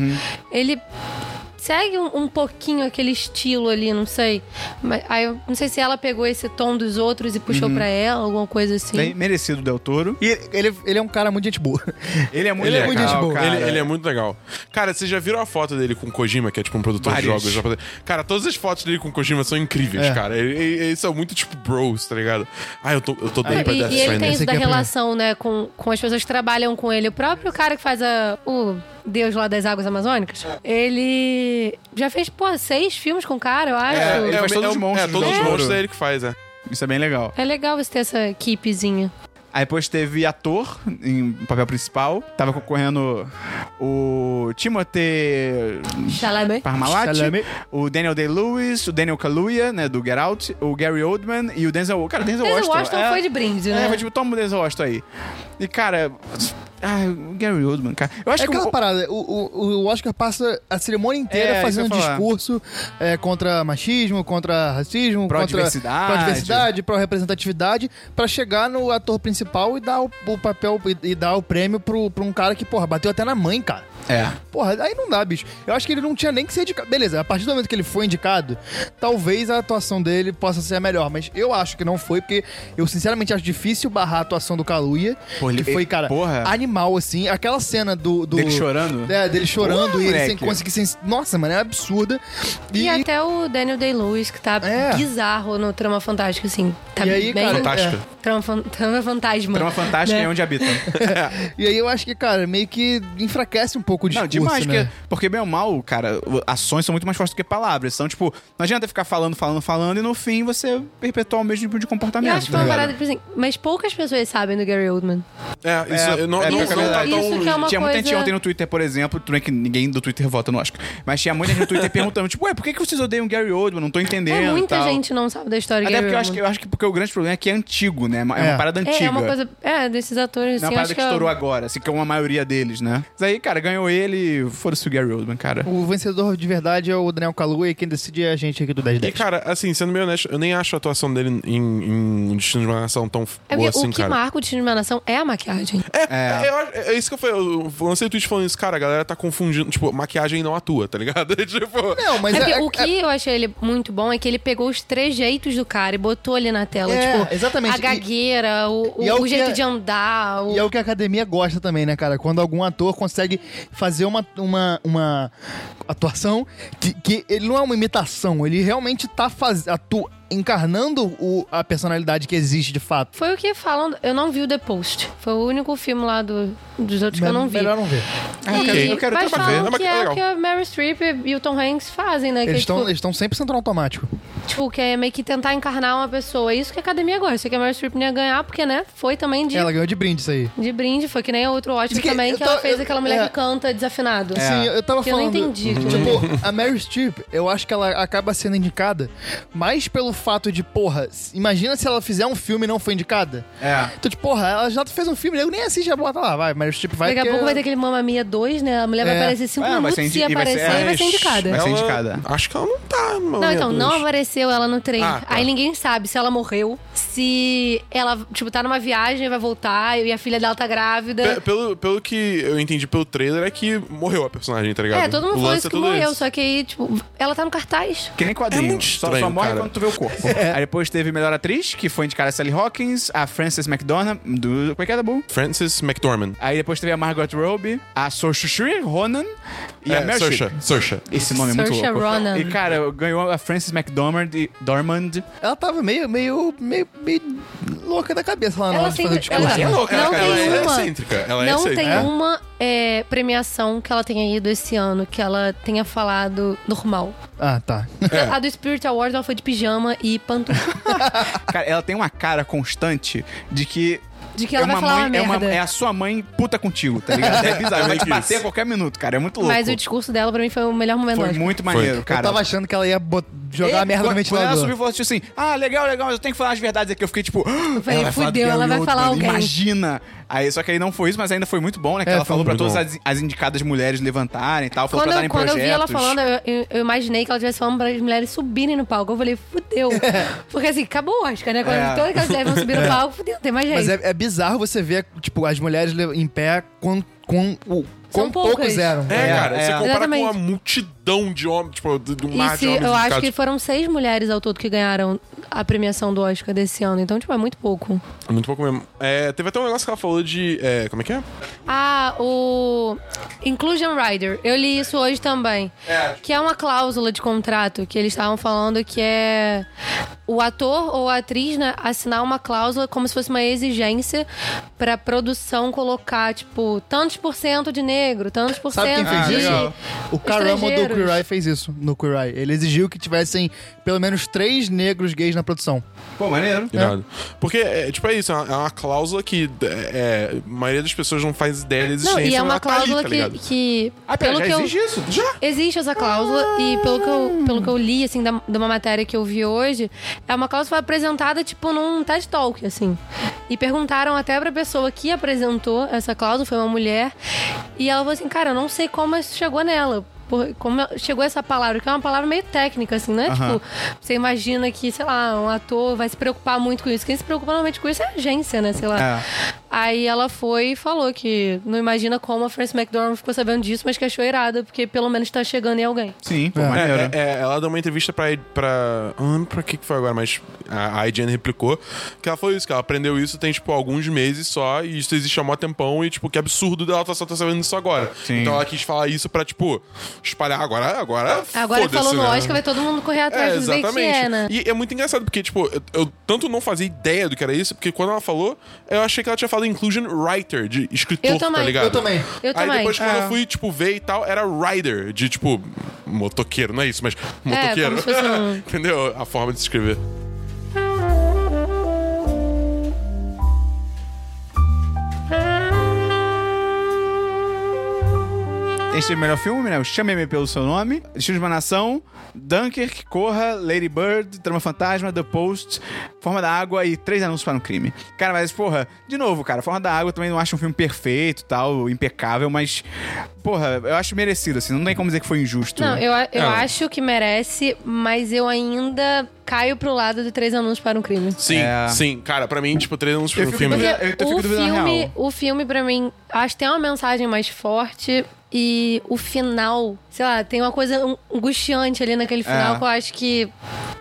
Ele segue um, um pouquinho aquele estilo ali, não sei. Mas, aí eu não sei se ela pegou esse tom dos outros e puxou pra ela, alguma coisa assim. Uhum. Bem merecido Del Toro. E ele, ele, ele é um cara muito gente boa. Ele é muito Ele é, legal, muito gente boa. cara. Ele, ele é muito legal. Cara, vocês já viram a foto dele com o Kojima, que é tipo um produtor de Várias. jogos japonês? Cara, todas as fotos dele com o Kojima são incríveis, É. cara. Ele- ele- Eles são muito tipo bros, tá ligado? Ah, eu tô, eu tô doido pra E, Death e ele tem Stranding. isso Esse da aqui é pra- relação, né, com, com as pessoas que trabalham com ele. O próprio cara que faz a- o Deus lá das Águas Amazônicas, ele já fez, pô, seis filmes com o cara, eu acho. É, Ele é, faz é, todos os é, monstros né? É, todos do os jogo. monstros é ele que faz, é. Isso é bem legal. É legal você ter essa equipezinha. Aí depois teve ator em papel principal. Tava concorrendo o Timothée Chalamet. Parmalat, Chalamet. o Daniel Day-Lewis, o Daniel Kaluuya, né, do Get Out, o Gary Oldman e o Denzel... Cara, Denzel, Denzel Washington... Washington é- foi de brinde, É, né? foi tipo, toma o Denzel Washington aí. E, cara... Ah, o Gary Oldman, cara. Eu acho É que... aquela o- parada, o, o, o Oscar passa a cerimônia inteira É, isso fazendo um que eu ia falar. discurso é, contra machismo, contra racismo, Pró contra diversidade. pró diversidade, pró representatividade, pra chegar no ator principal e dar o, o papel e, e dar o prêmio pro, pra um cara que, porra, bateu até na mãe, cara. É. Porra, aí não dá, bicho. Eu acho que ele não tinha nem que ser indicado. Beleza, a partir do momento que ele foi indicado, talvez a atuação dele possa ser a melhor, mas eu acho que não foi, porque eu sinceramente acho difícil barrar a atuação do Kaluuya, Pô, ele- que foi, cara, porra. animal, assim. Aquela cena do... do- Dele chorando? É, dele chorando Porra, e ele sem moleque. conseguir... Sem... Nossa, mano, é absurda. E, até o Daniel Day-Lewis, que tá É. bizarro no Trama Fantástica, assim. Tá E aí, bem... cara, Fantástica. Trama, fan... Trama Fantasma. Trama fantástica Né? é onde habitam. E aí eu acho que, cara, meio que enfraquece um pouco o discurso, não, demais, né? porque, porque bem ou mal, cara, o- ações são muito mais fortes do que palavras. São, tipo, não adianta ficar falando, falando, falando, e no fim você perpetuar o mesmo tipo de Eu comportamento. acho que foi uma tá parada tipo ligado? que, assim, mas poucas pessoas sabem do Gary Oldman. É, isso eu não, é, nunca isso- nem tá tão isso longe. que é uma- tinha muita gente coisa- ontem no Twitter, por exemplo, tudo bem que ninguém do Twitter vota no Oscar, mas tinha muita gente no Twitter perguntando, tipo, ué, por que, que vocês odeiam Gary Oldman? Não tô entendendo. É, e muita tal. gente não sabe da história Até Gary porque eu acho, que, Oldman. eu acho que porque o grande problema é que é antigo, né? É uma, é É. uma parada antiga. É, é uma coisa. É, desses atores Não é uma assim. eu parada acho que que estourou é, agora, assim, que é uma maioria deles, né? Mas aí, cara, ganhou ele, foda-se o Gary Oldman, cara. O vencedor de verdade é o Daniel Kaluuya e quem decide é a gente aqui do 10 E, cara, assim, sendo meio honesto, eu nem acho a atuação dele em, em Destino de uma Nação tão é porque boa assim, o que cara. marca o time de uma nação é a maquiagem. É, eu acho- é isso que eu falei. Eu lancei o tweet falando isso, cara, a galera tá confundindo. Tipo, maquiagem não atua, tá ligado? tipo, Não, mas É porque é, o que eu achei ele muito bom é que ele pegou os trejeitos do cara e botou ali na tela. É, tipo, exatamente. a E- gagueira, o, e é o o que jeito é- de andar. O... E é o que a academia gosta também, né, cara? Quando algum ator consegue fazer uma, uma, uma atuação que, que ele não é uma imitação, ele realmente tá faz, atu, encarnando o, a personalidade que existe de fato. Foi o que falam. Eu não vi o The Post. Foi o único filme lá do- dos outros que eu não vi. É Melhor não ver. Ah, eu E- quero- eu quero mas até pra ver. falam É, mas que é é o legal. que a Mary Streep e o Tom Hanks fazem, né? Que é, Eles tipo, estão eles tão 100% no automático. Tipo, que é meio que tentar encarnar uma pessoa. É isso que a academia gosta. Isso que a Meryl Streep não ia ganhar, porque, né? Foi também de, Ela ganhou de brinde isso aí. de brinde. Foi que nem outro ótimo Diz que- também, eu que ela tô- fez eu- aquela mulher é. que canta desafinado. É. É. Sim, Assim, eu tava Que eu não falando. entendi. Tipo, a Mary Streep, eu acho que ela acaba sendo indicada mais pelo fato de, porra, s- imagina se ela fizer um filme e não foi indicada. É. Então, tipo, porra, ela já fez um filme, nego nem assiste, já bota lá, vai, Mary Streep vai. Daqui a porque- é. pouco vai ter aquele Mamma Mia 2, né? A mulher vai É. aparecer cinco Ah, vai minutos, ser indi- se e vai aparecer, ser- aí vai ser é, indicada. Vai ser ela- indicada. Acho que ela não tá, mano. Não, então, não apareceu ela no trem. Ah, tá. Aí ninguém sabe se ela morreu, se ela, tipo, tá numa viagem, vai voltar e a filha dela tá grávida. Pelo, pelo que eu entendi pelo trailer, é que morreu a personagem, tá ligado? É, todo mundo O falou lance isso é que tudo morreu, isso. só que aí, tipo, ela tá no cartaz. Que nem quadrinho. É muito só, estranho, só morre cara. É. quando tu vê o corpo. Aí depois teve melhor atriz, que foi indicada a Sally Hawkins, a Frances McDonagh, do... Como é que é, Dabu? Francis McDormand. Aí depois teve a Margot Robbie, a Saoirse Ronan e a é, Meryl Streep. Saoirse. Saoirse. Esse nome é muito Saoirse louco. Ronan. E, cara, ganhou a Frances McDormand, e- Dormand. Ela tava meio, meio, meio, meio louca da cabeça lá na Ela hora de sempre- fazer o ela- discurso. ela- louca, Não cara. tem ela é uma. assim, excêntrica. Ela é não excêntrica. tem né? uma é, premiação que ela tenha ido esse ano que ela tenha falado normal. Ah, tá. É. A do Spirit Awards ela foi de pijama e pantufa. Cara, ela tem uma cara constante de que. De que ela vai falar uma é, merda. é a sua mãe puta contigo, tá ligado? É bizarro, É vai te meio que bater a isso. qualquer minuto, cara. É muito louco. Mas o é discurso dela pra mim foi o melhor momento. do Foi Oscar. muito maneiro, cara. É, eu tava achando que ela ia bot- jogar a merda quando, no Quando ela ventilador. subiu e falou assim: Ah, legal, legal, mas eu tenho que falar as verdades aqui. Eu fiquei tipo. Eu falei, "Fudeu, ela vai falar alguém." Imagina! Aí, só que aí não foi isso, mas ainda foi muito bom, né? Que É, ela foi falou pra muito todas bom. as, as indicadas mulheres levantarem e tal, falou Quando, pra darem eu, quando eu projetos. vi ela falando, eu, eu- eu imaginei que ela estivesse falando para as mulheres subirem no palco. Eu falei, fudeu. Porque assim, acabou o Oscar, né? Quando É. todas aquelas mulheres vão subir no palco, fudeu, não tem mais jeito. Mas é, é bizarro você ver, tipo, as mulheres le- em pé com, com o São quão poucos poucas. eram. É, É, cara. é. Você compara Exatamente. com a multidão de homens, tipo, de de um mar E de se, homens eu acho indicados. que foram seis mulheres ao todo que ganharam a premiação do Oscar desse ano. Então, tipo, é muito pouco. Muito pouco mesmo. É, teve até um negócio que ela falou de. é, como é que é? Ah, o Inclusion Rider. Eu li isso hoje também. Que é uma cláusula de contrato que eles estavam falando que é o ator ou a atriz né, assinar uma cláusula como se fosse uma exigência pra produção colocar, tipo, tantos por cento de negro, tantos por Sabe quem cento fez de... isso? O Caramo do Estrangeiros. Queer Eye fez isso no Queer Eye. Ele exigiu que tivessem pelo menos três negros gays na produção. Pô, maneiro. Irado. Porque, é, tipo, é isso, é uma, é uma cláusula que é, é, a maioria das pessoas não faz ideia da Não, existência. e é uma ela tá ali, cláusula tá que, ligado? que Ah, pera, já existe isso? Já? Existe essa cláusula e pelo que, eu, pelo que eu li, assim, da, de uma matéria que eu vi hoje, é uma cláusula que foi apresentada, tipo, num TED Talk, assim. E perguntaram até pra pessoa que apresentou essa cláusula, foi uma mulher, e ela falou assim, cara, eu não sei como isso chegou nela. por- Como chegou essa palavra, que é uma palavra meio técnica, assim, né? Tipo, você imagina que, sei lá, um ator vai se preocupar muito com isso. Quem se preocupa normalmente com isso é a agência, né? Sei lá. É. Aí ela foi e falou que não imagina como a Frances McDormand ficou sabendo disso, mas que achou irada, porque pelo menos tá chegando em alguém. Sim, pô, É. maneiro. É, é, ela deu uma entrevista pra. pra eu não lembro pra que que foi agora, mas a, a IGN replicou. Que ela falou isso, que ela aprendeu isso tem, tipo, alguns meses só, e isso existe há mó tempão, e, tipo, que absurdo dela tá só tá sabendo isso agora. Sim. Então ela quis falar isso pra, tipo, espalhar agora. Agora, Agora que foda-se, falou no né? Oscar, vai todo mundo correr atrás É, de ver que é, né? exatamente. E é muito engraçado, porque, tipo, eu, eu tanto não fazia ideia do que era isso, porque quando ela falou, eu achei que ela tinha falado inclusion writer, de escritor, Eu também. tá ligado? Eu também. Eu Aí também. depois, quando É. eu fui, tipo, ver e tal, era rider, de, tipo, motoqueiro, não é isso, mas motoqueiro. como se fosse um- Entendeu? A forma de se escrever. gente teve o melhor filme, né? O Chame-me pelo seu nome, Destinos de uma Nação, Dunkirk, Corra, Lady Bird, Trama Fantasma, The Post, Forma da Água e Três Anúncios para um Crime. Cara, mas porra, de novo, cara, Forma da Água eu também não acho um filme perfeito, tal, impecável, mas porra, eu acho merecido, assim, não tem como dizer que foi injusto. né? Não, eu, a- eu É. acho que merece, mas eu ainda caio pro lado de três anúncios para um crime. Sim, É. sim. Cara, pra mim, tipo, três anos Eu pro fico filme. com Porque Eu- eu fico o duvidando na filme, real. o filme para mim, acho que tem uma mensagem mais forte e o final, sei lá, tem uma coisa angustiante ali naquele final É. que eu acho que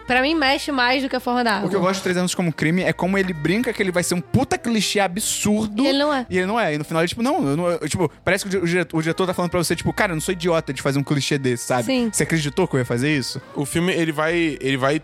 pra mim mexe mais do que a forma da água. O que eu gosto de Três Anos como Crime é como ele brinca que ele vai ser um puta clichê absurdo. E ele não é. E ele não é. E no final ele, tipo, não, eu não- eu- tipo, parece que o, di- o diretor, o diretor tá falando pra você, tipo, cara, eu não sou idiota de fazer um clichê desse, sabe? Sim. Você acreditou que eu ia fazer isso? O filme, ele vai, ele vai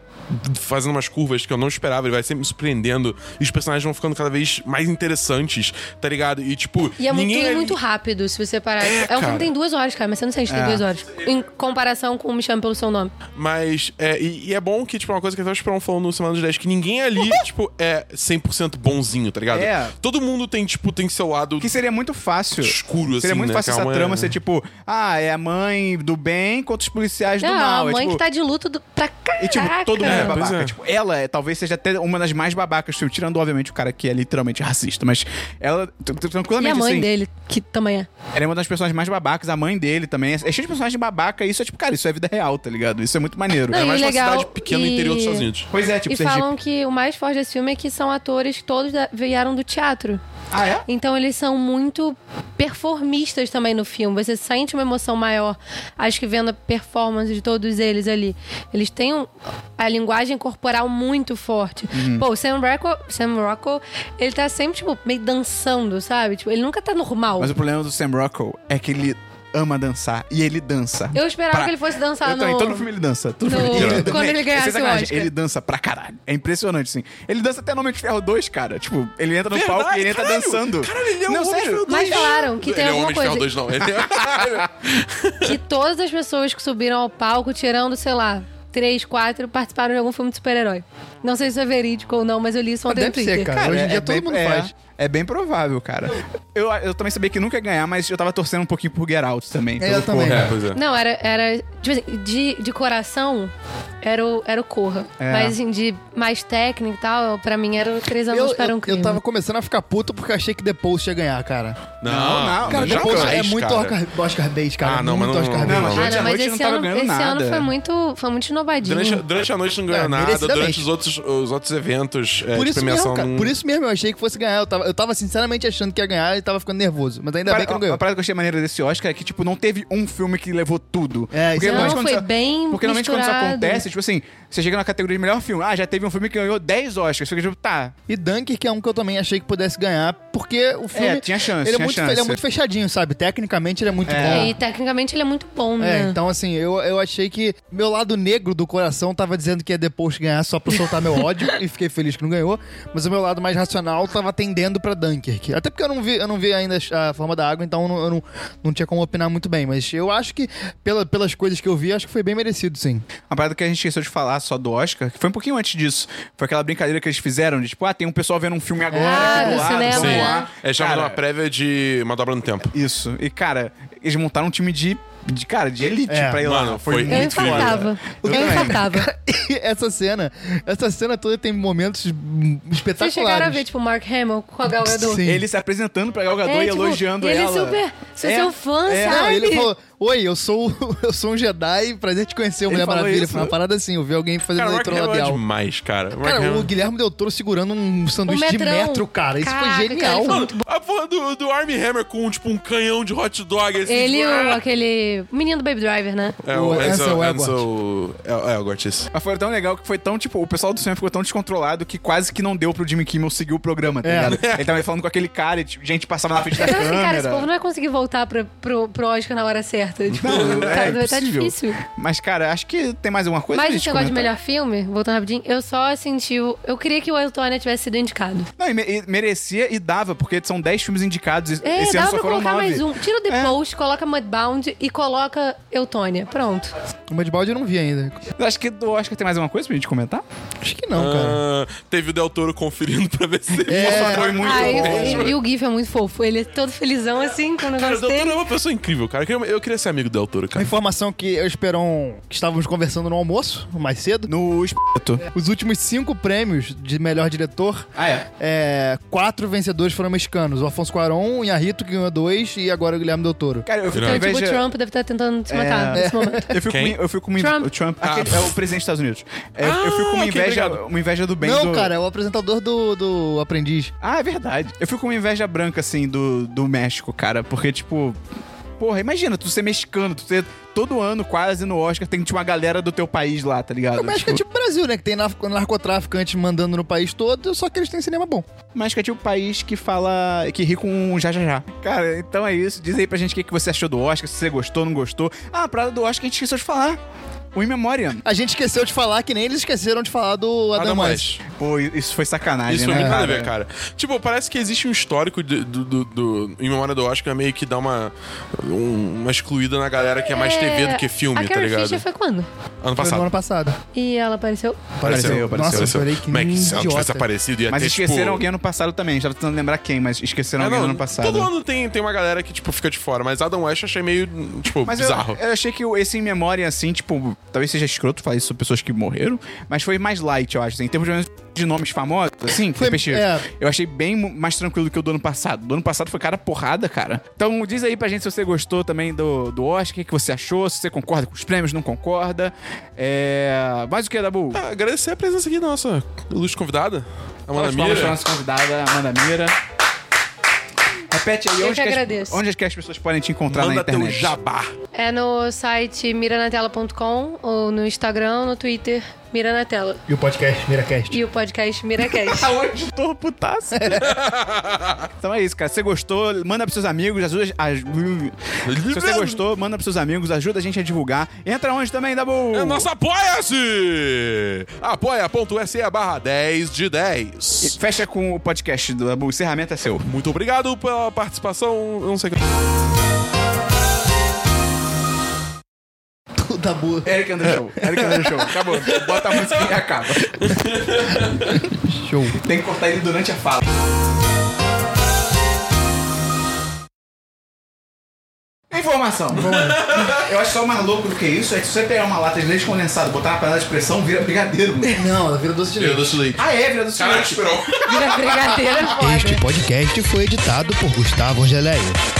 fazendo umas curvas que eu não esperava, ele vai sempre me surpreendendo. E os personagens vão ficando cada vez mais interessantes, tá ligado? E, tipo, E é muito, ninguém tudo ali- muito rápido, se você parar. É, um filme cara. que tem duas horas, cara, mas você não sente É. que tem duas horas. Em comparação com Me Chame Pelo Seu Nome. Mas, é, e, e é bom que, tipo, é uma coisa que até o Esperão falou no Semana dos 10, que ninguém ali, tipo, é 100% bonzinho, tá ligado? É. Todo mundo tem, tipo, tem seu lado... Que seria muito fácil. Escuro, assim, Seria muito né? fácil Calma, essa trama é. ser, tipo, ah, é a mãe do bem contra os policiais do Não, mal. a mãe é, tipo, que tá de luto do, pra caraca. E, tipo, todo mundo é, pois babaca. é. Tipo, ela é, talvez seja até uma das mais babacas, do filme, tirando, obviamente, o cara que é literalmente racista, mas ela, t- t- E tranquilamente, a mãe assim, dele, que também é. Ela é uma das personagens mais babacas, a mãe dele também. É cheio de personagem babaca, e isso é tipo, cara, isso é vida real, tá ligado? Isso é muito maneiro. Não, É e mais legal, uma cidade pequena no e- interior dos Estados Unidos. Pois é, tipo, e Sergipe. falam que o mais forte desse filme é que são atores que todos da- vieram do teatro. Ah, é? Então eles são muito performistas também no filme. Você sente uma emoção maior, acho que vendo a performance de todos eles ali. Eles têm um- a linguagem corporal muito forte. Pô, o Sam Rockwell, Sam Rockwell, ele tá sempre, tipo, meio dançando, sabe? Tipo, ele nunca tá normal. Mas o problema do Sam Rockwell é que ele ama dançar, e ele dança. Eu esperava Pra- que ele fosse dançar Eu no... também, todo filme ele dança. Todo No- filme ele quando ele ganhasse Sem sacanagem, o Oscar. Ele dança pra caralho. É impressionante, assim. Ele dança até no Homem de Ferro 2, cara. Tipo, ele entra no É Verdade, palco e ele entra caralho. tá dançando. Caralho, ele é um Não, Homem de sério. Ferro Mas dois. falaram que tem ele alguma é um coisa. Homem de Ferro 2, não. Ele é... que todas as pessoas que subiram ao palco, tirando, sei lá, três, quatro, participaram de algum filme de super-herói. Não sei se isso é verídico ou não, mas eu li isso ontem no deve ser, Twitter. cara. hoje em dia todo bem- mundo é, faz. É bem provável, cara. Eu, eu também sabia que nunca ia ganhar, mas eu tava torcendo um pouquinho por Get Out também. Então, Eu pelo- também. É, pois é. Não, era. era tipo assim, de, de coração, era o, era o Corra. É. Mas assim, de mais técnica e tal, pra mim era o três anos Eu, para um eu, crime. eu tava começando a ficar puto porque achei que The Post ia ganhar, cara. Não, não, Cara, Mas The Post é jamais, muito cara. Oscar, Oscar bait, cara. Ah, não, mas muito não- não, Oscar bait. mas- Ah, Durante a não, mas noite esse não tava ano, ganhando esse ano nada. foi muito, foi muito esnobadinho. Durante, a- durante a noite não ganhou É, nada, merecidamente. durante os outros, os outros eventos é, Por de isso, mesmo, premiação. cara, não- por isso mesmo eu achei que fosse ganhar. Eu tava, eu tava sinceramente achando que ia ganhar e tava ficando nervoso. Mas ainda bem que não A, ganhou. a parada que eu achei maneira desse Oscar é que, tipo, não teve um filme que levou tudo. É, isso é normalmente Não, quando foi isso- bem Porque normalmente quando isso misturado. acontece, tipo assim, você chega na categoria de melhor filme, ah, já teve um filme que ganhou 10 Oscars. Fica tipo, tá, E Dunkirk que é um que eu também achei que pudesse ganhar, porque o filme. tinha chance, Ele é, tinha muito, chance. ele é muito fechadinho, sabe? Tecnicamente ele é muito É. É, bom. E tecnicamente ele é muito bom, É, né? então assim, eu, eu achei que meu lado negro do coração tava dizendo que ia depois ganhar só pra soltar meu ódio e fiquei feliz que não ganhou, mas o meu lado mais racional tava tendendo pra Dunkirk. Até porque eu não vi, eu não vi ainda a forma da água, então eu não, eu não, não tinha como opinar muito bem, mas eu acho que pela, pelas coisas que eu vi, acho que foi bem merecido, sim. Uma parada que a gente esqueceu de falar só do Oscar, que foi um pouquinho antes disso. Foi aquela brincadeira que eles fizeram de tipo, ah, tem um pessoal vendo um filme agora, Ah, aqui do do lado, cinema, vamos né? lá. É chamado Cara, uma prévia de uma dobra no tempo. Isso. E, cara, eles montaram um time de. de cara, de elite É. pra ir lá. Mano, Foi, foi eu muito foda. infartava. Eu Eu, também. infartava. Tá essa cena, essa cena toda tem momentos hum, Vocês espetaculares. chegaram a ver, tipo, o Mark Hamill com a Gal Gadot? Sim. Ele se apresentando pra Gal Gadot É, e tipo, elogiando e ele ela. super- sou seu fã, sabe? É, Não, ele Ai. falou: Oi, eu sou, eu sou um Jedi, prazer te conhecer, Mulher falou Maravilha. isso? Foi uma parada assim, eu vi alguém fazendo Cara, o Mark leitura Hamill é labial. demais, cara. O Mark Cara, Hamill- o Guilherme Del Toro segurando um sanduíche de metrão. metro, cara. Isso Caraca, foi genial. cara, Mano, a porra do, do Army Hammer com, tipo, um canhão de hot dog, assim. Ele e tipo, o, ah! aquele menino do Baby Driver, né? É, o o Ansel Ansel Elgort. Ansel El- Elgort, isso. Mas foi tão legal que foi tão, tipo, o pessoal do cinema ficou tão descontrolado que quase que não deu pro Jimmy Kimmel seguir o programa, tá É. ligado? Ele tava falando com aquele cara e tipo, gente passava na frente da Eu tava assim, câmera. cara, esse povo não vai conseguir voltar pra, pro, pro Oscar na hora certa. Tipo, tá, é vai tá impossível. difícil. Mas, cara, acho que tem mais alguma coisa Mas pra esse gente negócio de comentar? melhor filme, voltando rapidinho, eu só senti. o- Eu queria que o Eltonia tivesse sido indicado. Não, e, me- e merecia e dava, porque são 10 filmes indicados. E É, esse ano dava só pra foram colocar 9. mais um. Tira o The É. Post, coloca Mudbound e coloca Eltonia. Pronto. O Madbaldi eu não vi ainda. Acho que do Oscar tem mais alguma coisa pra gente comentar? Acho que não, cara. Ah, teve o Del Toro conferindo pra ver se ele É. Foi muito Ah, bom. e, e o GIF é muito fofo. Ele é todo felizão assim, com o negócio Cara, o gosto Del Toro dele. é uma pessoa incrível, cara. Eu queria, eu queria ser amigo do Del Toro, Uma cara. informação que eu e o Esperon que estávamos conversando no almoço, mais cedo. No espeto. Os últimos cinco prêmios de melhor diretor, Ah, é. é, quatro vencedores foram mexicanos. O Afonso Cuarón, o Inharito, que ganhou dois, e agora o Guilherme Del Toro. Cara, eu fico Então, com Então, tipo, inveja... o Trump deve estar tentando se É. matar nesse momento. Eu fico Quem? com, eu fico com inve- Então, tipo, Trump. Ah, o Trump. Aquele- é o presidente dos Estados Unidos. É, eu fico com uma ok, inveja, obrigado. uma inveja do bem Não, do... cara, é o apresentador do, do Aprendiz. Ah, é verdade. Eu fico com uma inveja branca, assim, do, do México, cara. Porque, tipo. Porra, imagina, tu ser mexicano, tu ser todo ano quase no Oscar, tem tipo, uma galera do teu país lá, tá ligado? O México é tipo o Brasil, né? Que tem narco- narcotraficante mandando no país todo, só que eles têm cinema bom. O México é tipo o país que fala. que ri com um já já já. Cara, então é isso. Diz aí pra gente o que, que você achou do Oscar, se você gostou, não gostou. Ah, a parada do Oscar que a gente esqueceu de falar. O In Memoriam. A gente esqueceu de falar que nem eles esqueceram de falar do Ah, Adam, Adam West. West. Pô, isso foi sacanagem, Isso foi né? muito nada a cara? ver, cara. Tipo, parece que existe um histórico de- do, do, do- em memória do Oscar meio que dá uma, um- uma excluída na galera que é mais TV do que a filme, tá Carrie ligado? Fisher foi quando? Ano Foi no ano passado. passado. E ela apareceu. Apareceu, apareceu. Nossa, eu falei que Como é que se ela idiota. não tivesse aparecido, ia Mas ter, esqueceram tipo... alguém ano passado também. Estava tentando lembrar quem, mas esqueceram É, alguém não, ano passado. né? Todo ano tem, tem uma galera que, tipo, fica de fora. Mas Adam West eu achei meio, tipo, Mas eu, bizarro. eu achei que esse em memória, assim, tipo, talvez seja escroto falar isso sobre pessoas que morreram, mas foi mais light, eu acho. Assim, em termos de, de nomes famosos, assim, Foi- foi, peixe, é. eu achei bem mu- mais tranquilo do que o do ano passado. Do ano passado foi cara porrada, cara. Então diz aí pra gente se você gostou também do, do Oscar, o que que você achou, se você concorda com os prêmios, não concorda. É... Mais o que, Dabu? Ah, agradecer a presença aqui da nossa luz convidada, Amanda Palmas, palmas pra Mira. nossa convidada, Amanda Mira. Repete aí, Eu onde que as- agradeço. onde é que as pessoas podem te encontrar na Manda teu internet? Uh. jabá. É no site miranatela.com ou no Instagram, no Twitter, Miranatela. E o podcast Miracast. E o podcast Tá Miracast. Hoje tô putaço. então é isso, cara. Se você gostou, manda pros seus amigos, ajuda. aj- Se você gostou, manda pros seus amigos, ajuda a gente a divulgar. Entra onde também, Dabu? É nosso Apoia-se! Apoia.se barra 10 de 10. Fecha com o podcast do Dabu. O encerramento é seu. Muito obrigado pela participação. Eu não sei o que. Do Dabu. Eric André Show. Eric André Show. Acabou. Bota a música e acaba. Show. Tem que cortar ele durante a fala. Informação. Eu acho só mais louco do que isso é que se você pegar uma lata de leite condensado, botar uma panela de pressão, vira brigadeiro. mano. Não, ela vira doce de leite. Ah, é, vira do Caraca, silêncio. esperou. Vira brigadeira foda. podcast foi editado por Gustavo Angeléia.